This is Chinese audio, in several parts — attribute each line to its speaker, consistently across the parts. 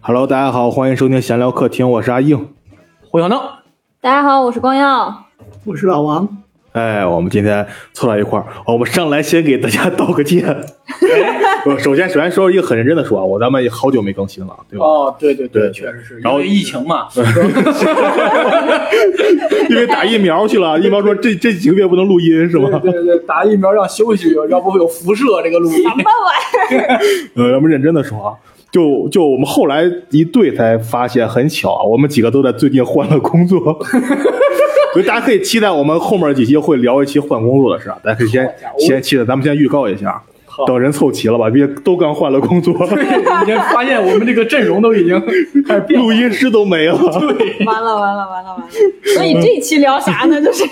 Speaker 1: Hello，大家好，欢迎收听闲聊客厅，我是阿硬。
Speaker 2: 胡小闹，
Speaker 3: 大家好，我是光耀。
Speaker 4: 我是老王，
Speaker 1: 哎，我们今天凑到一块儿，我们上来先给大家道个歉。我首先，首先说一个很认真的说，啊，我咱们也好久没更新了，对吧？
Speaker 4: 哦，对对
Speaker 1: 对
Speaker 4: 确实是，
Speaker 1: 然后
Speaker 2: 因为疫情嘛，
Speaker 1: 因为打疫苗去了，疫苗说这这几个月不能录音是
Speaker 4: 对
Speaker 1: 吧？
Speaker 4: 对对对，打疫苗让休息，要不会有辐射这个路。
Speaker 3: 什么玩意
Speaker 1: 呃，咱们认真的说啊，就就我们后来一对才发现，很巧啊，我们几个都在最近换了工作。 所以大家可以期待我们后面几期会聊一期换工作的事啊，大家可以先先期待，咱们先预告一下，
Speaker 4: 好
Speaker 1: 等人凑齐了吧，别都刚换了工作，
Speaker 4: 已经发现我们这个阵容都已经开始变
Speaker 1: 录音师都没了。
Speaker 3: 儿？ 完了完了完了完了！所以这一期聊啥呢？就是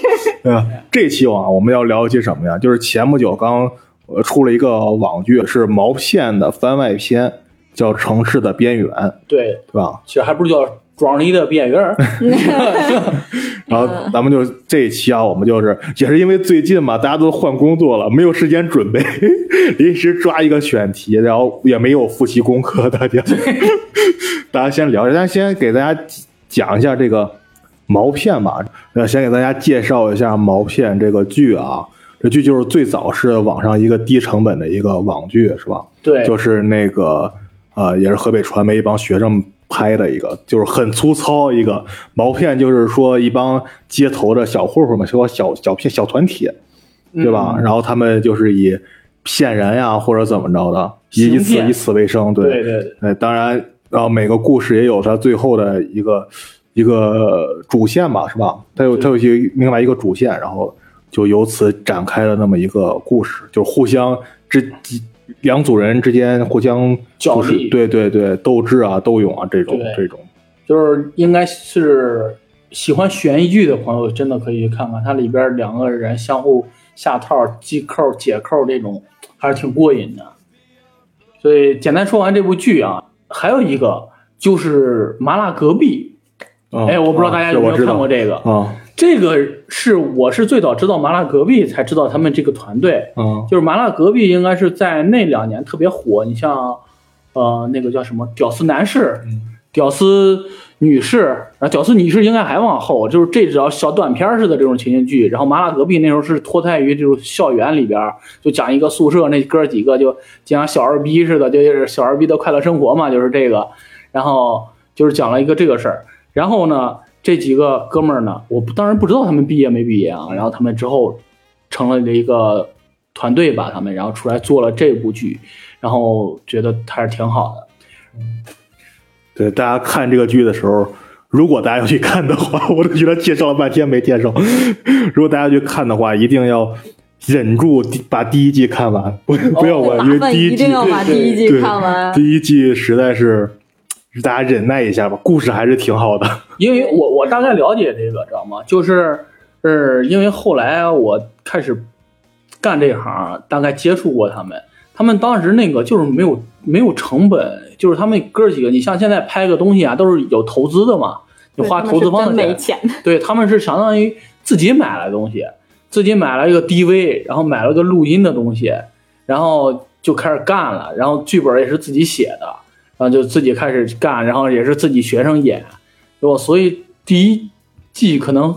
Speaker 1: 嗯，这期啊，我们要聊一些什么呀？就是前不久刚呃出了一个网剧，是毛片的番外篇，叫《城市的边缘》，
Speaker 2: 对，
Speaker 1: 对吧？
Speaker 2: 其实还不如叫庄里的边缘 儿，
Speaker 1: 然后咱们就这一期啊，我们就是也是因为最近嘛，大家都换工作了，没有时间准备， 临时抓一个选题，然后也没有复习功课，大家大家先聊，咱先给大家讲一下这个毛片吧。呃，先给大家介绍一下毛片这个剧啊，这剧就是最早是网上一个低成本的一个网剧，是吧？
Speaker 2: 对，
Speaker 1: 就是那个呃，也是河北传媒一帮学生拍的一个，就是很粗糙一个毛片，就是说一帮街头的小混混嘛，小小小片小团体，
Speaker 2: 嗯
Speaker 1: 对吧？然后他们就是以骗人呀或者怎么着的，以以
Speaker 2: 行
Speaker 1: 此
Speaker 2: 骗
Speaker 1: 以此为生，对
Speaker 2: 对对对，
Speaker 1: 呃，当然，然后每个故事也有它最后的一个一个主线吧，是吧？它有它有一个另外一个主线，然后就由此展开了那么一个故事，就是互相之两组人之间互相
Speaker 2: 角
Speaker 1: 就是
Speaker 2: 力
Speaker 1: 对对对，斗智啊、斗勇啊这种
Speaker 2: 对
Speaker 1: 这种。
Speaker 2: 就是应该是喜欢悬疑剧的朋友，真的可以去看看，它里边两个人相互下套、系扣、解扣这种，还是挺过瘾的。所以简单说完这部剧啊，还有一个就是《麻辣隔壁》，
Speaker 1: 嗯
Speaker 2: 哎，我不知道大家有没
Speaker 1: 啊
Speaker 2: 有
Speaker 1: 是我知道
Speaker 2: 看过这个，
Speaker 1: 啊？
Speaker 2: 这个是我是最早知道《麻辣隔壁》才知道他们这个团队，
Speaker 1: 嗯
Speaker 2: 就是麻辣隔壁应该是在那两年特别火。你像，呃，那个叫什么“屌丝男士”、“屌丝女士”，然后“屌丝女士”应该还往后，就是这只要小短片似的这种情景剧。然后麻辣隔壁那时候是脱胎于这种校园里边儿，就讲一个宿舍那哥几个就讲小二逼似的，就是小二逼的快乐生活嘛，就是这个。然后就是讲了一个这个事儿。然后呢，这几个哥们儿呢，我不当然不知道他们毕业没毕业啊。然后他们之后成了一个团队吧，他们然后出来做了这部剧，然后觉得还是挺好的。
Speaker 1: 对，大家看这个剧的时候，如果大家要去看的话，我都觉得介绍了半天没介绍。 如果大家去看的话，一定要忍住第把第一季看完，不不要我，因
Speaker 3: 麻
Speaker 1: 为
Speaker 3: 烦
Speaker 1: 第
Speaker 3: 哦一
Speaker 1: 季
Speaker 3: 定要把第一季
Speaker 1: 对
Speaker 3: 看完。
Speaker 1: 第一季实在是，大家忍耐一下吧，故事还是挺好的。
Speaker 2: 因为我我大概了解这个，知道吗？就是是因为后来我开始干这行，大概接触过他们。他们当时那个就是没有没有成本，就是他们哥几个，你像现在拍个东西啊，都是有投资的嘛，你
Speaker 3: 对
Speaker 2: 花
Speaker 3: 他们
Speaker 2: 投资
Speaker 3: 是
Speaker 2: 方的
Speaker 3: 真
Speaker 2: 钱
Speaker 3: 没，钱，
Speaker 2: 对，他们是相当于自己买了东西，自己买了一个 DV，然后买了个录音的东西，然后就开始干了，然后剧本也是自己写的，然后就自己开始干，然后也是自己学生演，对吧？所以第一季可能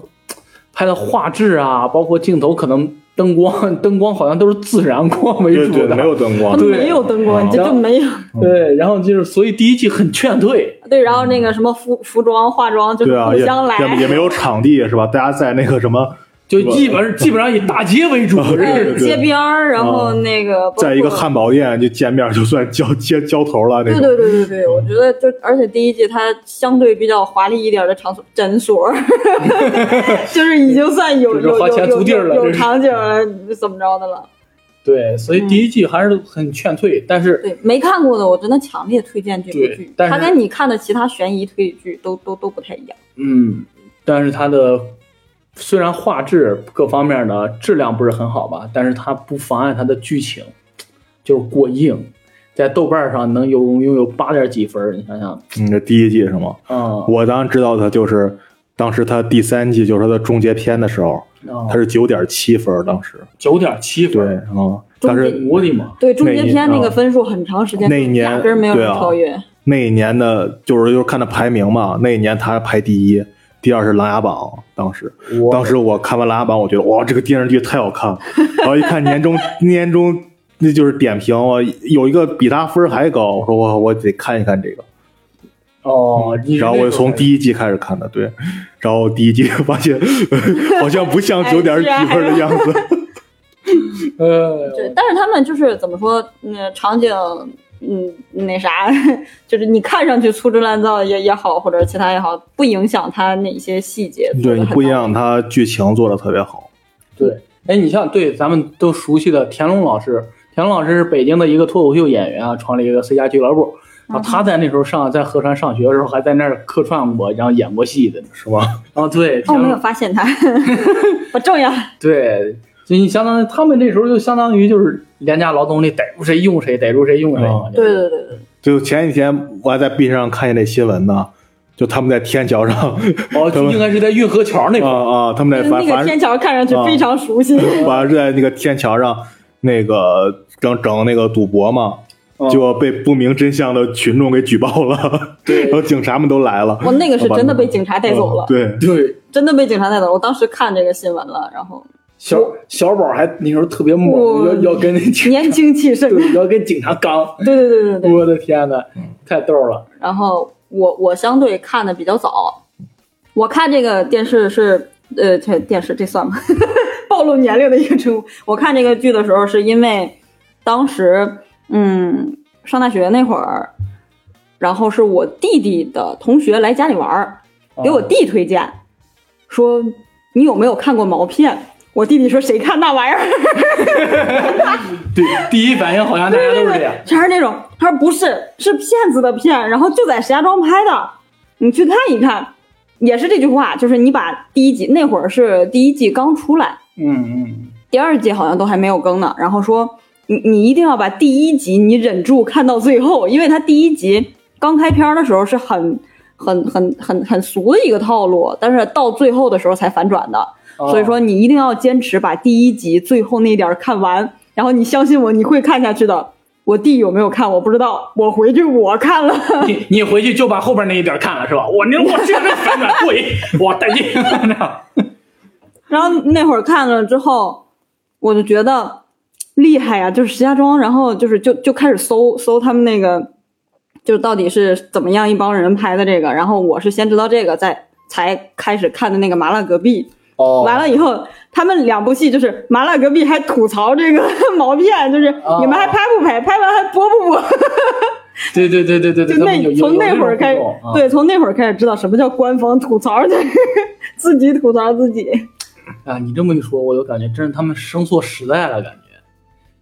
Speaker 2: 拍的画质啊，包括镜头，可能灯光灯光好像都是自然光为
Speaker 1: 对
Speaker 2: 主
Speaker 1: 对，
Speaker 2: 的，
Speaker 1: 没有灯
Speaker 3: 他
Speaker 1: 光
Speaker 3: 们
Speaker 2: 对。
Speaker 3: 没有灯光，
Speaker 1: 嗯
Speaker 3: 这就没有。
Speaker 2: 对，然后就是所以第一季很劝退，
Speaker 3: 对，然后那个什么服服装、化妆，就是
Speaker 1: 对啊，
Speaker 3: 互
Speaker 1: 也
Speaker 3: 相来。
Speaker 1: 也也没有场地是吧？大家在那个什么，
Speaker 2: 就基本基本上以大街为主，这
Speaker 3: 哎
Speaker 2: 是
Speaker 1: 啊对啊
Speaker 3: 街边儿，然后那个包括
Speaker 1: 在一个汉堡店就见面，就算交接交头了那
Speaker 3: 对
Speaker 1: 种。
Speaker 3: 对对对对，我觉得就而且第一季它相对比较华丽一点的场所诊所， 就是已经算 有
Speaker 2: 就是
Speaker 3: 有
Speaker 2: 花
Speaker 3: 有
Speaker 2: 钱
Speaker 3: 有
Speaker 2: 租地儿了
Speaker 3: 有有
Speaker 2: 这是
Speaker 3: 场景了，怎么着的了？
Speaker 2: 对，所以第一季还是很劝退，但是
Speaker 3: 对，没看过的我真的强烈推荐这部
Speaker 2: 对
Speaker 3: 剧，
Speaker 2: 但是
Speaker 3: 它跟你看的其他悬疑推理剧都都都不太一样。
Speaker 2: 嗯，但是它的虽然画质各方面的质量不是很好吧，但是它不妨碍它的剧情就是过硬，在豆瓣上能有拥有八点几分儿，你想想，
Speaker 1: 嗯，这第一季是吗？
Speaker 2: 嗯，
Speaker 1: 我当时知道他就是，当时他第三季就是他的终结篇的时候，他是九点七分儿，当时
Speaker 2: 哦九点七
Speaker 1: 对
Speaker 2: 分，
Speaker 1: 啊、嗯但是
Speaker 2: 我的妈！
Speaker 3: 对，中
Speaker 1: 那
Speaker 3: 间
Speaker 1: 一
Speaker 3: 篇那
Speaker 1: 啊
Speaker 3: 个分数很长时间
Speaker 1: 那一年
Speaker 3: 压根儿没有
Speaker 1: 对
Speaker 3: 人
Speaker 1: 啊
Speaker 3: 超越，
Speaker 1: 那一年的，就是就是看他排名嘛，那一年他排第一，第二是《琅琊榜》，当时
Speaker 2: 我
Speaker 1: 当时我看完《琅琊榜》，我觉得哇，这个电视剧太好看 了。然后一看年终年终，那就是点评，我有一个比他分儿还高，我说我我得看一看这个。
Speaker 2: 哦，你是
Speaker 1: 然后
Speaker 2: 那
Speaker 1: 我
Speaker 2: 种
Speaker 1: 从
Speaker 2: 人
Speaker 1: 第一季开始看的，对，然后第一季发现 好像不像
Speaker 3: 哎
Speaker 1: 九点几
Speaker 3: 居然还
Speaker 1: 分的样子，
Speaker 2: 呃，
Speaker 3: 对，但是他们就是怎么说，嗯，场景，嗯，那啥， 就是你看上去粗制滥造也也好，或者其他也好，不影响他那些细节。
Speaker 1: 对，你不一。样，他剧情做的特别好，
Speaker 2: 对，哎，你像对咱们都熟悉的田龙老师，田龙老师是北京的一个脱口秀演员啊，创立一个 C 家俱乐部。
Speaker 3: 嗯
Speaker 2: 然后他在那时候上在河川上学的时候，还在那儿客串过，然后演过戏的。
Speaker 1: 是 吧？
Speaker 2: 啊，对，
Speaker 3: 哦，
Speaker 2: 田
Speaker 3: 没
Speaker 2: 龙
Speaker 3: 有发现他， 不重要。
Speaker 2: 对，就你相当于他们那时候就相当于就是廉价劳动力，逮住谁用谁，逮住谁用谁嘛。
Speaker 1: 嗯
Speaker 2: 就是
Speaker 3: 对对对对，
Speaker 1: 就前几天我还在 B 站上看见那新闻呢，就他们在天桥上，
Speaker 2: 哦，
Speaker 1: 他们
Speaker 2: 应该是在运河桥那块
Speaker 1: 啊
Speaker 2: 儿。
Speaker 1: 啊，他们在
Speaker 3: 那
Speaker 1: 反
Speaker 3: 个
Speaker 1: 反啊
Speaker 3: 天桥看上去非常熟悉。
Speaker 1: 反正在那个天桥上那个整整那个赌博嘛。
Speaker 3: 哦
Speaker 2: 嗯
Speaker 1: 就被不明真相的群众给举报了，
Speaker 2: 对
Speaker 1: 然后警察们都来了，
Speaker 3: 我那个是真的被警察带走了
Speaker 1: 嗯，对，
Speaker 2: 对，
Speaker 3: 真的被警察带走了。我当时看这个新闻了，然后
Speaker 2: 小小宝还那时候特别猛，
Speaker 3: 哇
Speaker 2: 要要跟那 警
Speaker 3: 年轻气盛。
Speaker 2: 对要跟警察刚。
Speaker 3: 对对对对对。
Speaker 2: 我的天呐，太逗了。
Speaker 3: 然后我我相对看的比较早，我看这个电视是呃，这电视这算吗？ 暴露年龄的一个称呼。我看这个剧的时候，是因为当时嗯上大学那会儿，然后是我弟弟的同学来家里玩儿，
Speaker 2: 哦
Speaker 3: 给
Speaker 2: 嗯
Speaker 3: 我弟推荐，说你有没有看过毛片？我弟弟说谁看那玩意儿？
Speaker 2: 对，第一反应好像大家都是这样。
Speaker 3: 全是那种，他说不是，是骗子的骗，然后就在石家庄拍的，你去看一看。也是这句话，就是你把第一集那会儿是第一季刚出来，
Speaker 2: 嗯嗯，
Speaker 3: 第二季好像都还没有更呢。然后说你你一定要把第一集你忍住看到最后，因为它第一集刚开篇的时候是很很很很很俗的一个套路，但是到最后的时候才反转的。
Speaker 2: 哦
Speaker 3: 所以说你一定要坚持把第一集最后那点儿看完，然后你相信我，你会看下去的。我弟有没有看我不知道，我回去我看了，
Speaker 2: 你你回去就把后边那一点看了是吧？我那我这个人反转对，我带 劲，
Speaker 3: 然后那会儿看了之后，我就觉得厉害呀、就是石家庄，然后就是就就开始搜搜他们那个，就是到底是怎么样一帮人拍的这个，然后我是先知道这个，再才开始看的那个《麻辣隔壁》。
Speaker 2: 哦
Speaker 3: 完了以后，他们两部戏就是《麻辣隔壁》还吐槽这个 毛片，就是
Speaker 2: 哦
Speaker 3: 你们还拍不拍？拍完还播不播？
Speaker 2: 对对对对对对，他们
Speaker 3: 就那
Speaker 2: 有有
Speaker 3: 从
Speaker 2: 有
Speaker 3: 那
Speaker 2: 这
Speaker 3: 会儿
Speaker 2: 种
Speaker 3: 开始
Speaker 2: 互动，啊
Speaker 3: 对，从那会儿开始知道什么叫官方吐槽，就是 自己吐槽自己。
Speaker 2: 啊，你这么一说，我有感觉，真是他们生错时代了，感觉。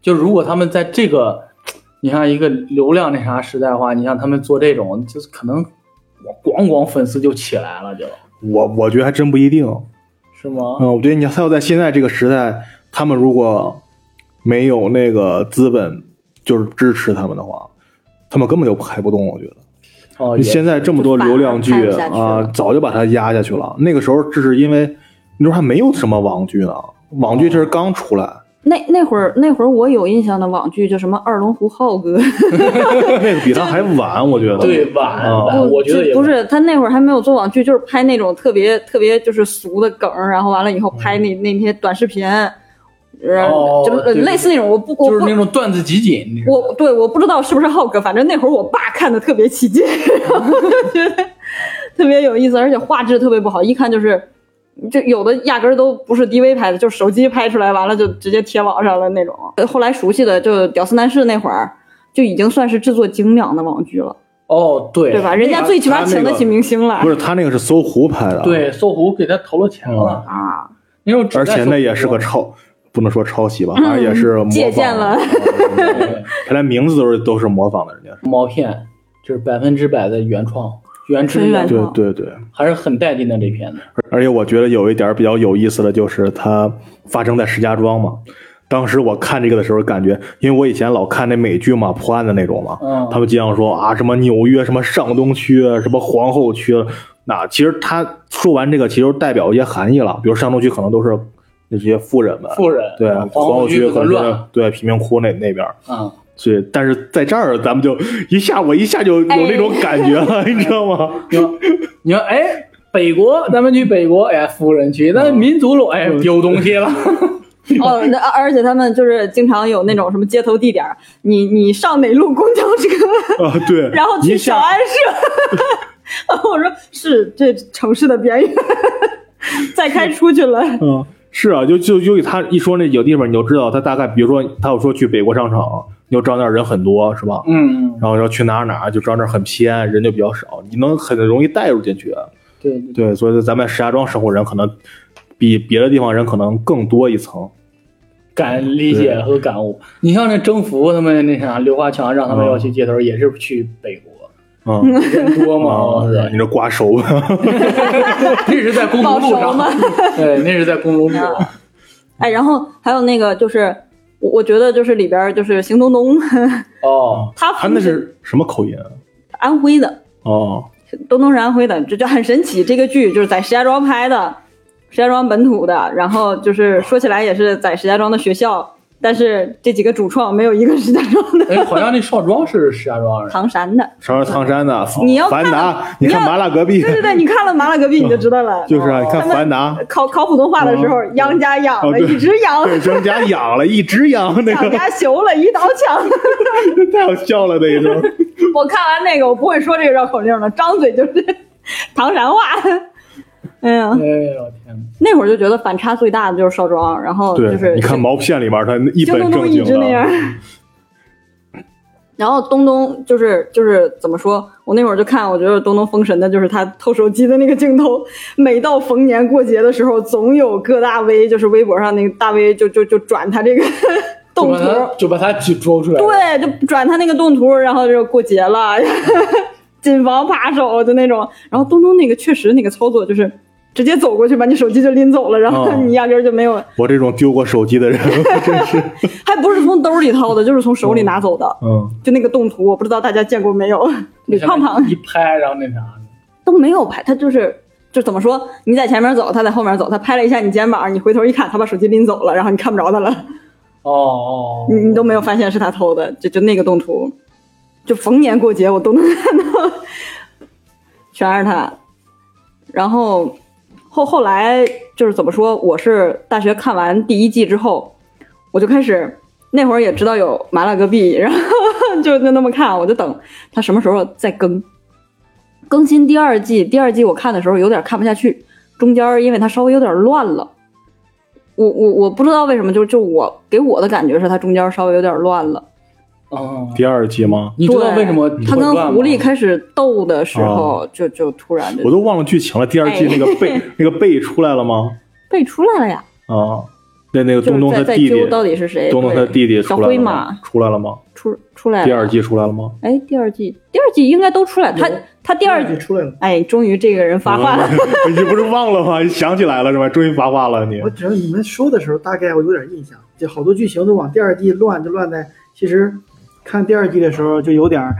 Speaker 2: 就如果他们在这个，你像一个流量那啥时代的话，你像他们做这种，就是可能咣咣粉丝就起来了，就
Speaker 1: 我我觉得还真不一定，
Speaker 3: 哦
Speaker 2: 是吗？
Speaker 1: 嗯，我觉得你还要在现在这个时代，他们如果没有那个资本，就是支持他们的话，他们根本就拍不动。我觉得
Speaker 2: 哦，也
Speaker 1: 现在这么多流量剧
Speaker 3: 就反而拍不下去
Speaker 1: 啊、
Speaker 3: 了
Speaker 1: 早就把它压下去了。那个时候这是因为那时候还没有什么网剧呢，网剧这是刚出 来，
Speaker 3: 那那会儿那会儿我有印象的网剧就什么《二龙湖浩哥》，
Speaker 1: 那个比他还晚，我觉得。
Speaker 2: 对晚
Speaker 1: 啊
Speaker 2: 晚，我觉得也
Speaker 3: 不是他那会儿还没有做网剧，就是拍那种特别特别就是俗的梗儿，然后完了以后拍那、那些短视频，然
Speaker 2: 嗯哦
Speaker 3: 后就
Speaker 2: 对
Speaker 3: 是类似那种我不我
Speaker 2: 就是
Speaker 3: 不
Speaker 2: 那种段子集锦，那种
Speaker 3: 我对我不知道是不是浩哥，反正那会儿我爸看的特别起劲，然后就觉得特别有意思，而且画质特别不好，一看就是，就有的压根儿都不是 DV 拍的，就是手机拍出来，完了就直接贴网上了那种。呃后来熟悉的就《屌丝男士》那会儿，就已经算是制作精良的网剧了，
Speaker 2: 哦，对
Speaker 3: 对吧？人家最起码请得起明星了
Speaker 1: 不是他那个是搜狐拍的，
Speaker 2: 对，搜狐给他投了钱了，
Speaker 3: 啊，
Speaker 2: 那时候只
Speaker 1: 嗯而
Speaker 2: 在
Speaker 1: 且
Speaker 2: 搜
Speaker 1: 那
Speaker 2: 狐
Speaker 1: 也是个抄，不能说抄袭吧，反正也是模仿
Speaker 3: 嗯借鉴 了。
Speaker 1: 嗯
Speaker 2: 对
Speaker 1: 他连名字都是都是模仿的，人家是。
Speaker 2: 毛片，就是百分之百的原创，原汁
Speaker 3: 纯
Speaker 2: 原
Speaker 3: 原
Speaker 2: 味，
Speaker 1: 对
Speaker 3: 哦
Speaker 1: 对对。
Speaker 2: 还是很带劲的这片子。
Speaker 1: 而且我觉得有一点比较有意思的就是它发生在石家庄嘛。当时我看这个的时候，感觉因为我以前老看那美剧嘛，破案的那种嘛，
Speaker 2: 嗯
Speaker 1: 他们经常说啊什么纽约什么上东区什么皇后区，那其实他说完这个，其实代表一些含义了，比如上东区可能都是那些富人们，
Speaker 2: 富人
Speaker 1: 啊对，
Speaker 2: 皇
Speaker 1: 后
Speaker 2: 后
Speaker 1: 区可
Speaker 2: 很
Speaker 1: 能是
Speaker 2: 乱，
Speaker 1: 对贫民窟那那边儿，
Speaker 2: 嗯，
Speaker 1: 所以，但是在这儿，咱们就一下，我一下就有那种感觉了，你知道吗？
Speaker 2: 你说，你说，哎，北国，咱们去北国，哎，富人区，
Speaker 1: 嗯
Speaker 2: 那民族路，哎，有东 西了。
Speaker 3: 哦，那而且他们就是经常有那种什么街头地点儿，你你上哪路公交车，
Speaker 1: 啊，对，
Speaker 3: 然后
Speaker 1: 一
Speaker 3: 去小
Speaker 1: 下
Speaker 3: 安社。然 后我说是这城市的边缘，再开出去了。
Speaker 1: 嗯，是啊，就就就他一说那有地方，你就知道他大概，比如说他有说去北国商场，你就知道那儿人很多，是吧？
Speaker 2: 嗯，
Speaker 1: 然后要去哪儿哪儿，就知道那儿很偏，人就比较少，你能很容易带入进去。
Speaker 2: 对对
Speaker 1: 对，所以咱们石家庄生活人可能比别的地方人可能更多一层。
Speaker 2: 感理解和感悟。你像那征服他们那啥，刘华强让他们要去街头，也是去北国，
Speaker 1: 嗯，
Speaker 2: 人多嘛，
Speaker 1: 啊
Speaker 2: 哇
Speaker 1: 是啊
Speaker 2: 塞
Speaker 1: 你这瓜熟，
Speaker 2: 那是在公
Speaker 3: 报
Speaker 2: 路路
Speaker 3: 仇
Speaker 2: 上
Speaker 3: 吗，
Speaker 2: 对，那是在公路路上。
Speaker 3: 哎，然后还有那个就是，我我觉得就是里边儿就是邢东东，
Speaker 2: 哦，
Speaker 3: 他
Speaker 1: 他那是什么口音啊？
Speaker 3: 安徽的，
Speaker 1: 哦，
Speaker 3: 东东是安徽的，这就很神奇。这个剧就是在石家庄拍的，石家庄本土的，然后就是说起来也是在石家庄的学校，但是这几个主创没有一个石家庄的，
Speaker 2: 哎，好像那少庄是石家庄人。
Speaker 3: 唐山的。
Speaker 1: 上是唐山的，
Speaker 3: 你要
Speaker 1: 凡
Speaker 3: 看
Speaker 1: 达，你
Speaker 3: 你
Speaker 1: 看
Speaker 3: 要
Speaker 1: 麻辣隔壁
Speaker 3: 对，对哦对，你看了《麻辣隔壁》你就知道了。
Speaker 1: 就是啊，你看
Speaker 3: 他们
Speaker 1: 凡达，
Speaker 3: 考考普通话的时候，养家养
Speaker 1: 哦
Speaker 3: 了，
Speaker 1: 对
Speaker 3: 一直养，
Speaker 1: 对，人家养了一只羊，那
Speaker 3: 养
Speaker 1: 个
Speaker 3: 家修了，一刀抢。
Speaker 1: 太好笑了，那一种。
Speaker 3: 我看完那个，我不会说这个绕口令了，张嘴就是 唐山话。哎呀，
Speaker 2: 哎呦天
Speaker 3: 那会儿就觉得反差最大的就是少庄，然后
Speaker 1: 对，
Speaker 3: 就是
Speaker 1: 你看毛片里面他一
Speaker 3: 京
Speaker 1: 本
Speaker 3: 东
Speaker 1: 正
Speaker 3: 东
Speaker 1: 经
Speaker 3: 一直那样
Speaker 1: 的，。
Speaker 3: 然后东东就是就是怎么说？我那会儿就看，我觉得东东封神的就是他偷手机的那个镜头。每到逢年过节的时候，总有各大 V，就是微博上那个大 V 就就就转他这个
Speaker 2: 哪，就
Speaker 3: 动
Speaker 2: 把
Speaker 3: 图，
Speaker 2: 他就把他举捉出来了。
Speaker 3: 对，就转他那个动图，然后就过节了，谨防扒手就那种。然后东东那个确实那个操作就是直接走过去把你手机就拎走了，然后
Speaker 1: 哦
Speaker 3: 你压根儿就没有，
Speaker 1: 我这种丢过手机的 人，真是，
Speaker 3: 还不是从兜里掏的，就是从手里拿走的。
Speaker 1: 嗯，
Speaker 3: 就那个动图，我不知道大家见过没有？
Speaker 2: 就
Speaker 3: 吕
Speaker 2: 像
Speaker 3: 胖胖
Speaker 2: 一拍，然后那啥，
Speaker 3: 都没有拍，他就是就怎么说？你在前面走，他在后面走，他拍了一下你肩膀，你回头一看，他把手机拎走了，然后你看不着他了，
Speaker 2: 哦哦，
Speaker 3: 你你都没有发现是他偷的，就就那个动图，就逢年过节我都能看到，全是他。然后后后来就是怎么说？我是大学看完第一季之后，我就开始那会儿也知道有麻辣隔壁，然后就就那么看，我就等他什么时候再更更新第二季。第二季我看的时候有点看不下去，中间因为它稍微有点乱了。我我我不知道为什么，就就我给我的感觉是它中间稍微有点乱了。
Speaker 2: 哦，
Speaker 1: 第二季吗？
Speaker 2: 你知道为什么
Speaker 1: 嗯
Speaker 3: 它跟
Speaker 2: 混乱吗
Speaker 3: 狐狸开始斗的时候，就就突然
Speaker 1: 哦我
Speaker 3: 就
Speaker 1: 都忘了剧情了。第二季那
Speaker 3: 哎
Speaker 1: 个 贝那个贝出来了吗？
Speaker 3: 背出来了呀，
Speaker 1: 啊，那那个
Speaker 3: 就
Speaker 1: 东
Speaker 3: 是
Speaker 1: 东他
Speaker 3: 在在
Speaker 1: 弟弟
Speaker 3: 揪，到底是谁。
Speaker 1: 东东他
Speaker 3: 对
Speaker 1: 弟弟
Speaker 3: 小
Speaker 1: 出来
Speaker 3: 辉
Speaker 1: 了
Speaker 3: 嘛
Speaker 1: 吗？出来了吗？
Speaker 3: 出出来了。
Speaker 1: 第二季出来了吗？
Speaker 3: 哎，第二季第二季应该都出来。他他第
Speaker 1: 嗯
Speaker 3: 二季
Speaker 4: 出来了。
Speaker 3: 哎，终于这个人 发话了。
Speaker 1: 你不是忘了吗？你想起来了是吧？终于发话了你
Speaker 4: 我。只能你们说的时候，大概我有点印象，就好多剧情都往第二季乱，就乱在其实看第二季的时候就有点儿，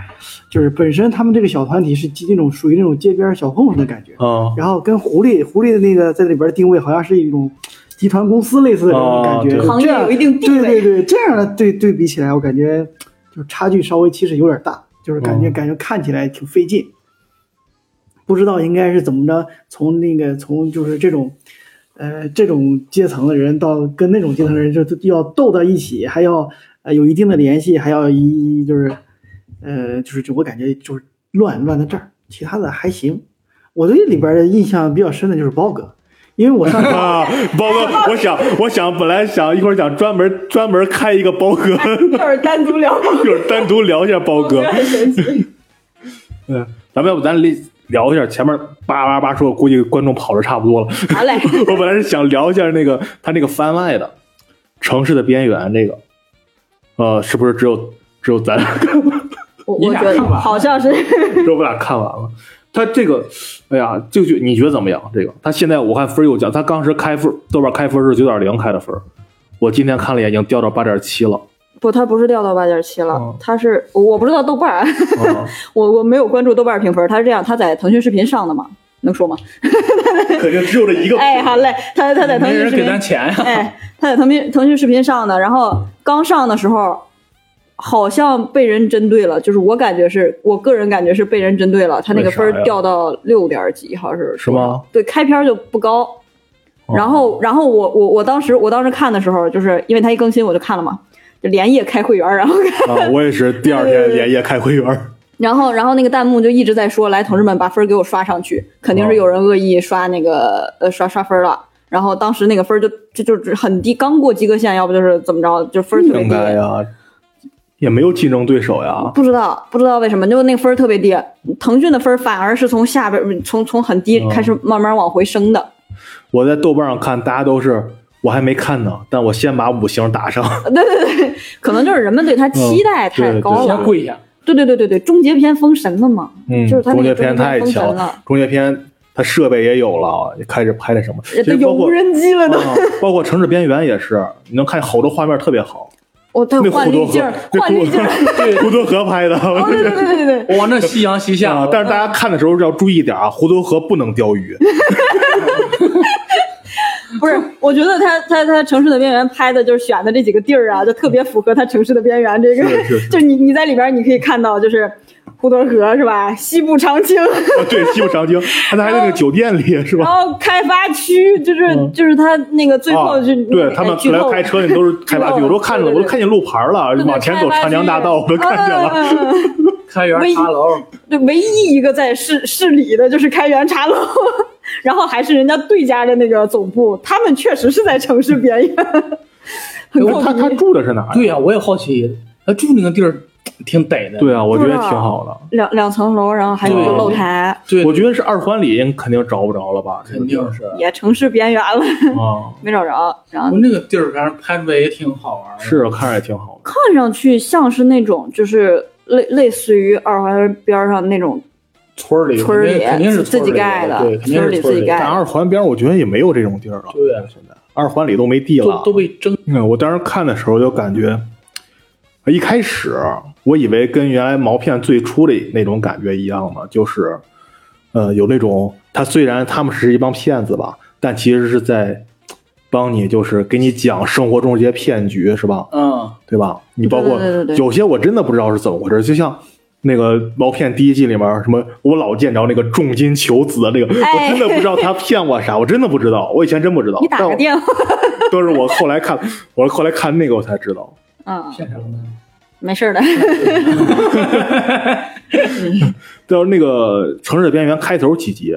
Speaker 4: 就是本身他们这个小团体是那种属于那种街边小混混的感觉，
Speaker 1: 啊
Speaker 4: 然后跟狐狸狐狸的那个在里边定位好像是一种集团公司类似的这种感
Speaker 1: 哦
Speaker 4: 觉，
Speaker 1: 对
Speaker 4: 就
Speaker 3: 行
Speaker 4: 这
Speaker 3: 业
Speaker 4: 样
Speaker 3: 有一定地
Speaker 4: 对对
Speaker 3: 位，
Speaker 4: 对，这样的对对比起来，我感觉就是差距稍微其实有点大，就是感觉、
Speaker 1: 嗯
Speaker 4: 感觉看起来挺费劲，不知道应该是怎么着，从那个从就是这种，呃，这种阶层的人到跟那种阶层的人就就要斗到一起，还要呃有一定的联系，还要一就是，呃，就是就我感觉就是乱乱到这儿，其他的还行。我对里边的印象比较深的就是包哥，因为我 上
Speaker 1: 啊，包哥，我想，我想，本来想一会儿想专门专门开一个包哥，
Speaker 3: 一会儿单独聊。
Speaker 1: 一会儿单独聊一下包哥。
Speaker 3: 很 神奇。
Speaker 1: 嗯，咱们要不咱聊聊一下前面叭叭叭说，估计观众跑的差不多了。
Speaker 3: 好嘞，
Speaker 1: 我本来是想聊一下那个他那个番外的《城市的边缘》这个，呃，是不是只有只有咱俩看完，
Speaker 3: 我
Speaker 2: 你
Speaker 3: 我
Speaker 2: 俩
Speaker 3: 觉得
Speaker 2: 看吧
Speaker 3: 好像是。
Speaker 1: 只有我俩看完了？ 他这个，哎呀，这个剧你觉得怎么样？这个他现在我看分儿又降，他当时开分儿豆瓣开分儿是九点零开的分儿，我今天看了一眼，已经掉到八点七了。
Speaker 3: 不，它不是掉到八点七了
Speaker 1: 哦，
Speaker 3: 它是我我不知道豆瓣儿，
Speaker 1: 啊，
Speaker 3: 我我没有关注豆瓣儿评分，它是这样，它在腾讯视频上的嘛，能说吗？
Speaker 1: 肯定只有这一个
Speaker 3: 哎，好嘞，它它在腾
Speaker 2: 没
Speaker 3: 讯
Speaker 2: 人
Speaker 3: 视
Speaker 2: 给咱
Speaker 3: 频，
Speaker 2: 钱呀。
Speaker 3: 哎，它在腾讯腾讯视频上的，然后刚上的时候，好像被人针对了，就是我感觉是我个人感觉是被人针对了，他那个分
Speaker 1: 为啥呀
Speaker 3: 儿掉到六点几，好像是
Speaker 1: 是 吗？
Speaker 3: 对，开篇儿就不高。
Speaker 1: 哦
Speaker 3: 然后，然后我我我当时我当时看的时候，就是因为他一更新我就看了嘛，就连夜开会员儿，然后看，
Speaker 1: 啊，我也是第二天连夜开会员儿。
Speaker 3: 然后然后那个弹幕就一直在说，来同志们把分儿给我刷上去，肯定是有人恶意刷那个呃刷刷分儿了。然后当时那个分儿就就就就很低，刚过及格线，要不就是怎么着，就分儿特别
Speaker 1: 应
Speaker 3: 低。
Speaker 1: 该呀，也没有竞争对手呀。
Speaker 3: 不知道，不知道为什么，就那个分儿特别低。腾讯的分儿反而是从下边儿，从从很低
Speaker 1: 嗯
Speaker 3: 开始慢慢往回升的。
Speaker 1: 我在豆瓣上看，大家都是我还没看呢，但我先把五星打上。
Speaker 3: 对对对，可能就是人们对它期待太高
Speaker 1: 对
Speaker 3: 了。
Speaker 2: 先跪下，
Speaker 3: 对对对对对，终结篇封神了嘛，
Speaker 1: 嗯，
Speaker 3: 就是它那
Speaker 1: 中
Speaker 3: 个
Speaker 1: 介
Speaker 3: 终结
Speaker 1: 片太
Speaker 3: 篇封神
Speaker 1: 强
Speaker 3: 了，，
Speaker 1: 中介片它设备也有了，开始拍的什么，其
Speaker 3: 都
Speaker 1: 实
Speaker 3: 有
Speaker 1: 包括
Speaker 3: 无人机了都。
Speaker 1: 啊，包括《城市边缘》也是，你能看好多画面特别好，
Speaker 3: 我它
Speaker 1: 那
Speaker 3: 换
Speaker 1: 胡多
Speaker 3: 滤
Speaker 1: 河
Speaker 3: 镜儿，，
Speaker 1: 那
Speaker 3: 换
Speaker 1: 胡
Speaker 3: 滤镜
Speaker 1: 多
Speaker 3: 儿。
Speaker 1: 河，胡多河拍的。
Speaker 3: 哦，嗯对对对对对对，
Speaker 2: 往那夕阳西下
Speaker 1: 啊！，但是大家看的时候要注意点啊，胡多河不能钓鱼。
Speaker 3: 不是，我觉得他他他城市的边缘拍的就是选的这几个地 儿啊，就特别符合他城市的边缘这个。
Speaker 1: 是是是
Speaker 3: 就你你在里边儿你可以看到，就是胡多河是吧？西部长青，
Speaker 1: 啊对，西部长青，他在那个酒店里是
Speaker 3: 然
Speaker 1: 吧？
Speaker 3: 后开发区就是、就是他那个哦最后
Speaker 1: 嗯啊
Speaker 3: 就、那个
Speaker 1: 对他们
Speaker 3: 剧
Speaker 1: 来
Speaker 3: 透
Speaker 1: 开车，你都是开发
Speaker 3: 剧
Speaker 1: 区，
Speaker 3: 透
Speaker 1: 我都看着了，
Speaker 3: 对对
Speaker 1: 我
Speaker 3: 对
Speaker 1: 都看见路牌了，
Speaker 3: 对对
Speaker 1: 往前走
Speaker 3: 开发
Speaker 1: 长江大道， 我都看见了。
Speaker 3: 嗯嗯嗯嗯
Speaker 2: 开元茶楼，
Speaker 3: 对，唯一一个在市市里的就是开元茶楼， 然后还是人家对家的那个总部，他们确实是在城市边缘， 很
Speaker 1: 那
Speaker 3: 过
Speaker 1: 哎他他
Speaker 3: 分。
Speaker 1: 住的是哪儿？
Speaker 2: 哎对呀，我也好奇，他住那个地儿挺逮的，
Speaker 1: 对啊，我觉得
Speaker 3: 不知
Speaker 1: 挺
Speaker 3: 道
Speaker 1: 好的。
Speaker 3: 两两层楼，然后还有个
Speaker 2: 对
Speaker 3: 露台，
Speaker 2: 对，
Speaker 1: 我觉得是二环里肯定找不着了吧？
Speaker 2: 肯定是。
Speaker 3: 也城市边缘了，
Speaker 1: 啊，
Speaker 3: 没找着。然后
Speaker 2: 我那个地儿反正拍出来也挺好玩的，
Speaker 1: 是看着也挺好的。
Speaker 3: 看上去像是那种就是类类似于二环边上那种
Speaker 2: 村儿里
Speaker 3: 村儿里
Speaker 2: 肯定肯定是
Speaker 3: 自
Speaker 2: 村儿
Speaker 3: 己
Speaker 2: 里
Speaker 3: 盖的
Speaker 2: 对，肯定
Speaker 3: 村儿
Speaker 2: 是
Speaker 3: 里
Speaker 2: 村
Speaker 3: 自
Speaker 2: 儿
Speaker 3: 己
Speaker 2: 里
Speaker 3: 盖
Speaker 1: 但二环边我觉得也没有这种地儿了。
Speaker 2: 对啊
Speaker 1: 现在二环里都没地了
Speaker 2: 都。都被征
Speaker 1: 嗯，我当时看的时候就感觉，哎一开始我以为跟原来毛片最初的那种感觉一样的，就是，呃，有那种他虽然他们是一帮骗子吧，但其实是在帮你，就是给你讲生活中这些骗局，是吧？
Speaker 2: 嗯，
Speaker 1: 对吧？你包括
Speaker 3: 对对对对对
Speaker 1: 有些我真的不知道是怎么回事，就像。那个毛片第一季里面，什么我老见着那个重金求子的那个，
Speaker 3: 哎
Speaker 1: 我真的不知道他骗我啥，我真的不知道，我以前真不知道。
Speaker 3: 你打
Speaker 1: 但
Speaker 3: 个
Speaker 1: 我
Speaker 3: 电话，
Speaker 1: 都是我后来看，我后来看那个我才知道。
Speaker 3: 嗯，
Speaker 2: 骗啥呢？
Speaker 3: 没事儿的，
Speaker 1: 到那个《城市的边缘》开头几集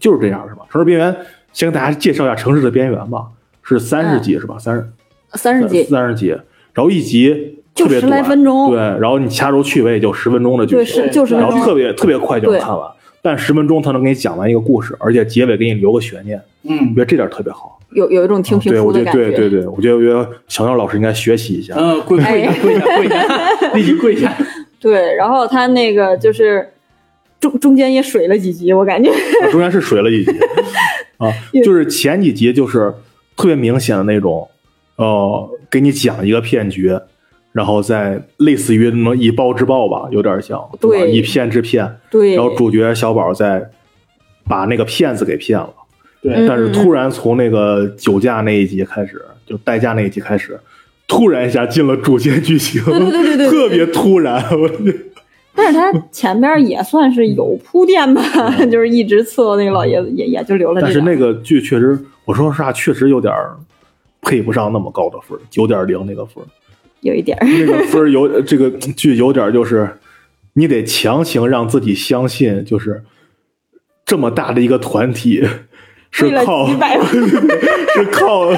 Speaker 1: 就是这样，是吧？《城市边缘》先给大家介绍一下《城市的边缘》吧，是三十集是吧？三十
Speaker 3: 嗯三十几，
Speaker 1: 三十集，然后一集
Speaker 3: 就
Speaker 1: 特别短
Speaker 3: 10来分钟
Speaker 1: 对，然后你掐头去尾也就十分钟的剧
Speaker 3: 对，
Speaker 1: 情，
Speaker 3: 是就是
Speaker 1: 然
Speaker 3: 那
Speaker 1: 后
Speaker 3: 种
Speaker 1: 特别特别快就能看完。但十分钟他能给你讲完一个故事，而且结尾给你留个悬念，我
Speaker 2: 嗯
Speaker 1: 觉得这点特别好。
Speaker 3: 有有一种听
Speaker 1: 哦
Speaker 3: 评
Speaker 1: 对，
Speaker 3: 书
Speaker 1: 我觉
Speaker 3: 的
Speaker 1: 得
Speaker 3: 感觉。
Speaker 1: 对 对对，我觉得我觉得小鸟老师应该学习一下。
Speaker 2: 嗯，跪跪
Speaker 3: 哎
Speaker 2: 下跪下跪下，立即跪下，
Speaker 3: 对，然后他那个就是中中间也水了几集，我感 觉
Speaker 1: 啊中间是水了 一集啊，就是前几集就是特别明显的那种，呃，给你讲一个骗局，然后再类似于那么以暴制暴吧，有点像，吧
Speaker 3: 对
Speaker 1: 以骗制骗，
Speaker 3: 对，
Speaker 1: 然后主角小宝再把那个骗子给骗了，
Speaker 2: 对
Speaker 3: 嗯
Speaker 1: 但是突然从那个酒驾那一集开始，就代驾那一集开始，突然一下进了主线剧情，
Speaker 3: 对对对 对对，
Speaker 1: 特别突然，我
Speaker 3: 但是他前边也算是有
Speaker 1: 嗯
Speaker 3: 铺垫吧， 就是一直伺候那个老爷子，也也就留了这
Speaker 1: 但
Speaker 3: 点。
Speaker 1: 是那个剧确实，我说实话，确实有点儿配不上那么高的分儿，九点零那个分儿，
Speaker 3: 有一点儿，
Speaker 1: 那个分儿 有这个剧有点儿就是，你得强行让自己相信，就是这么大的一个团体是
Speaker 3: 为了
Speaker 1: 靠
Speaker 3: 几百万，
Speaker 1: 是靠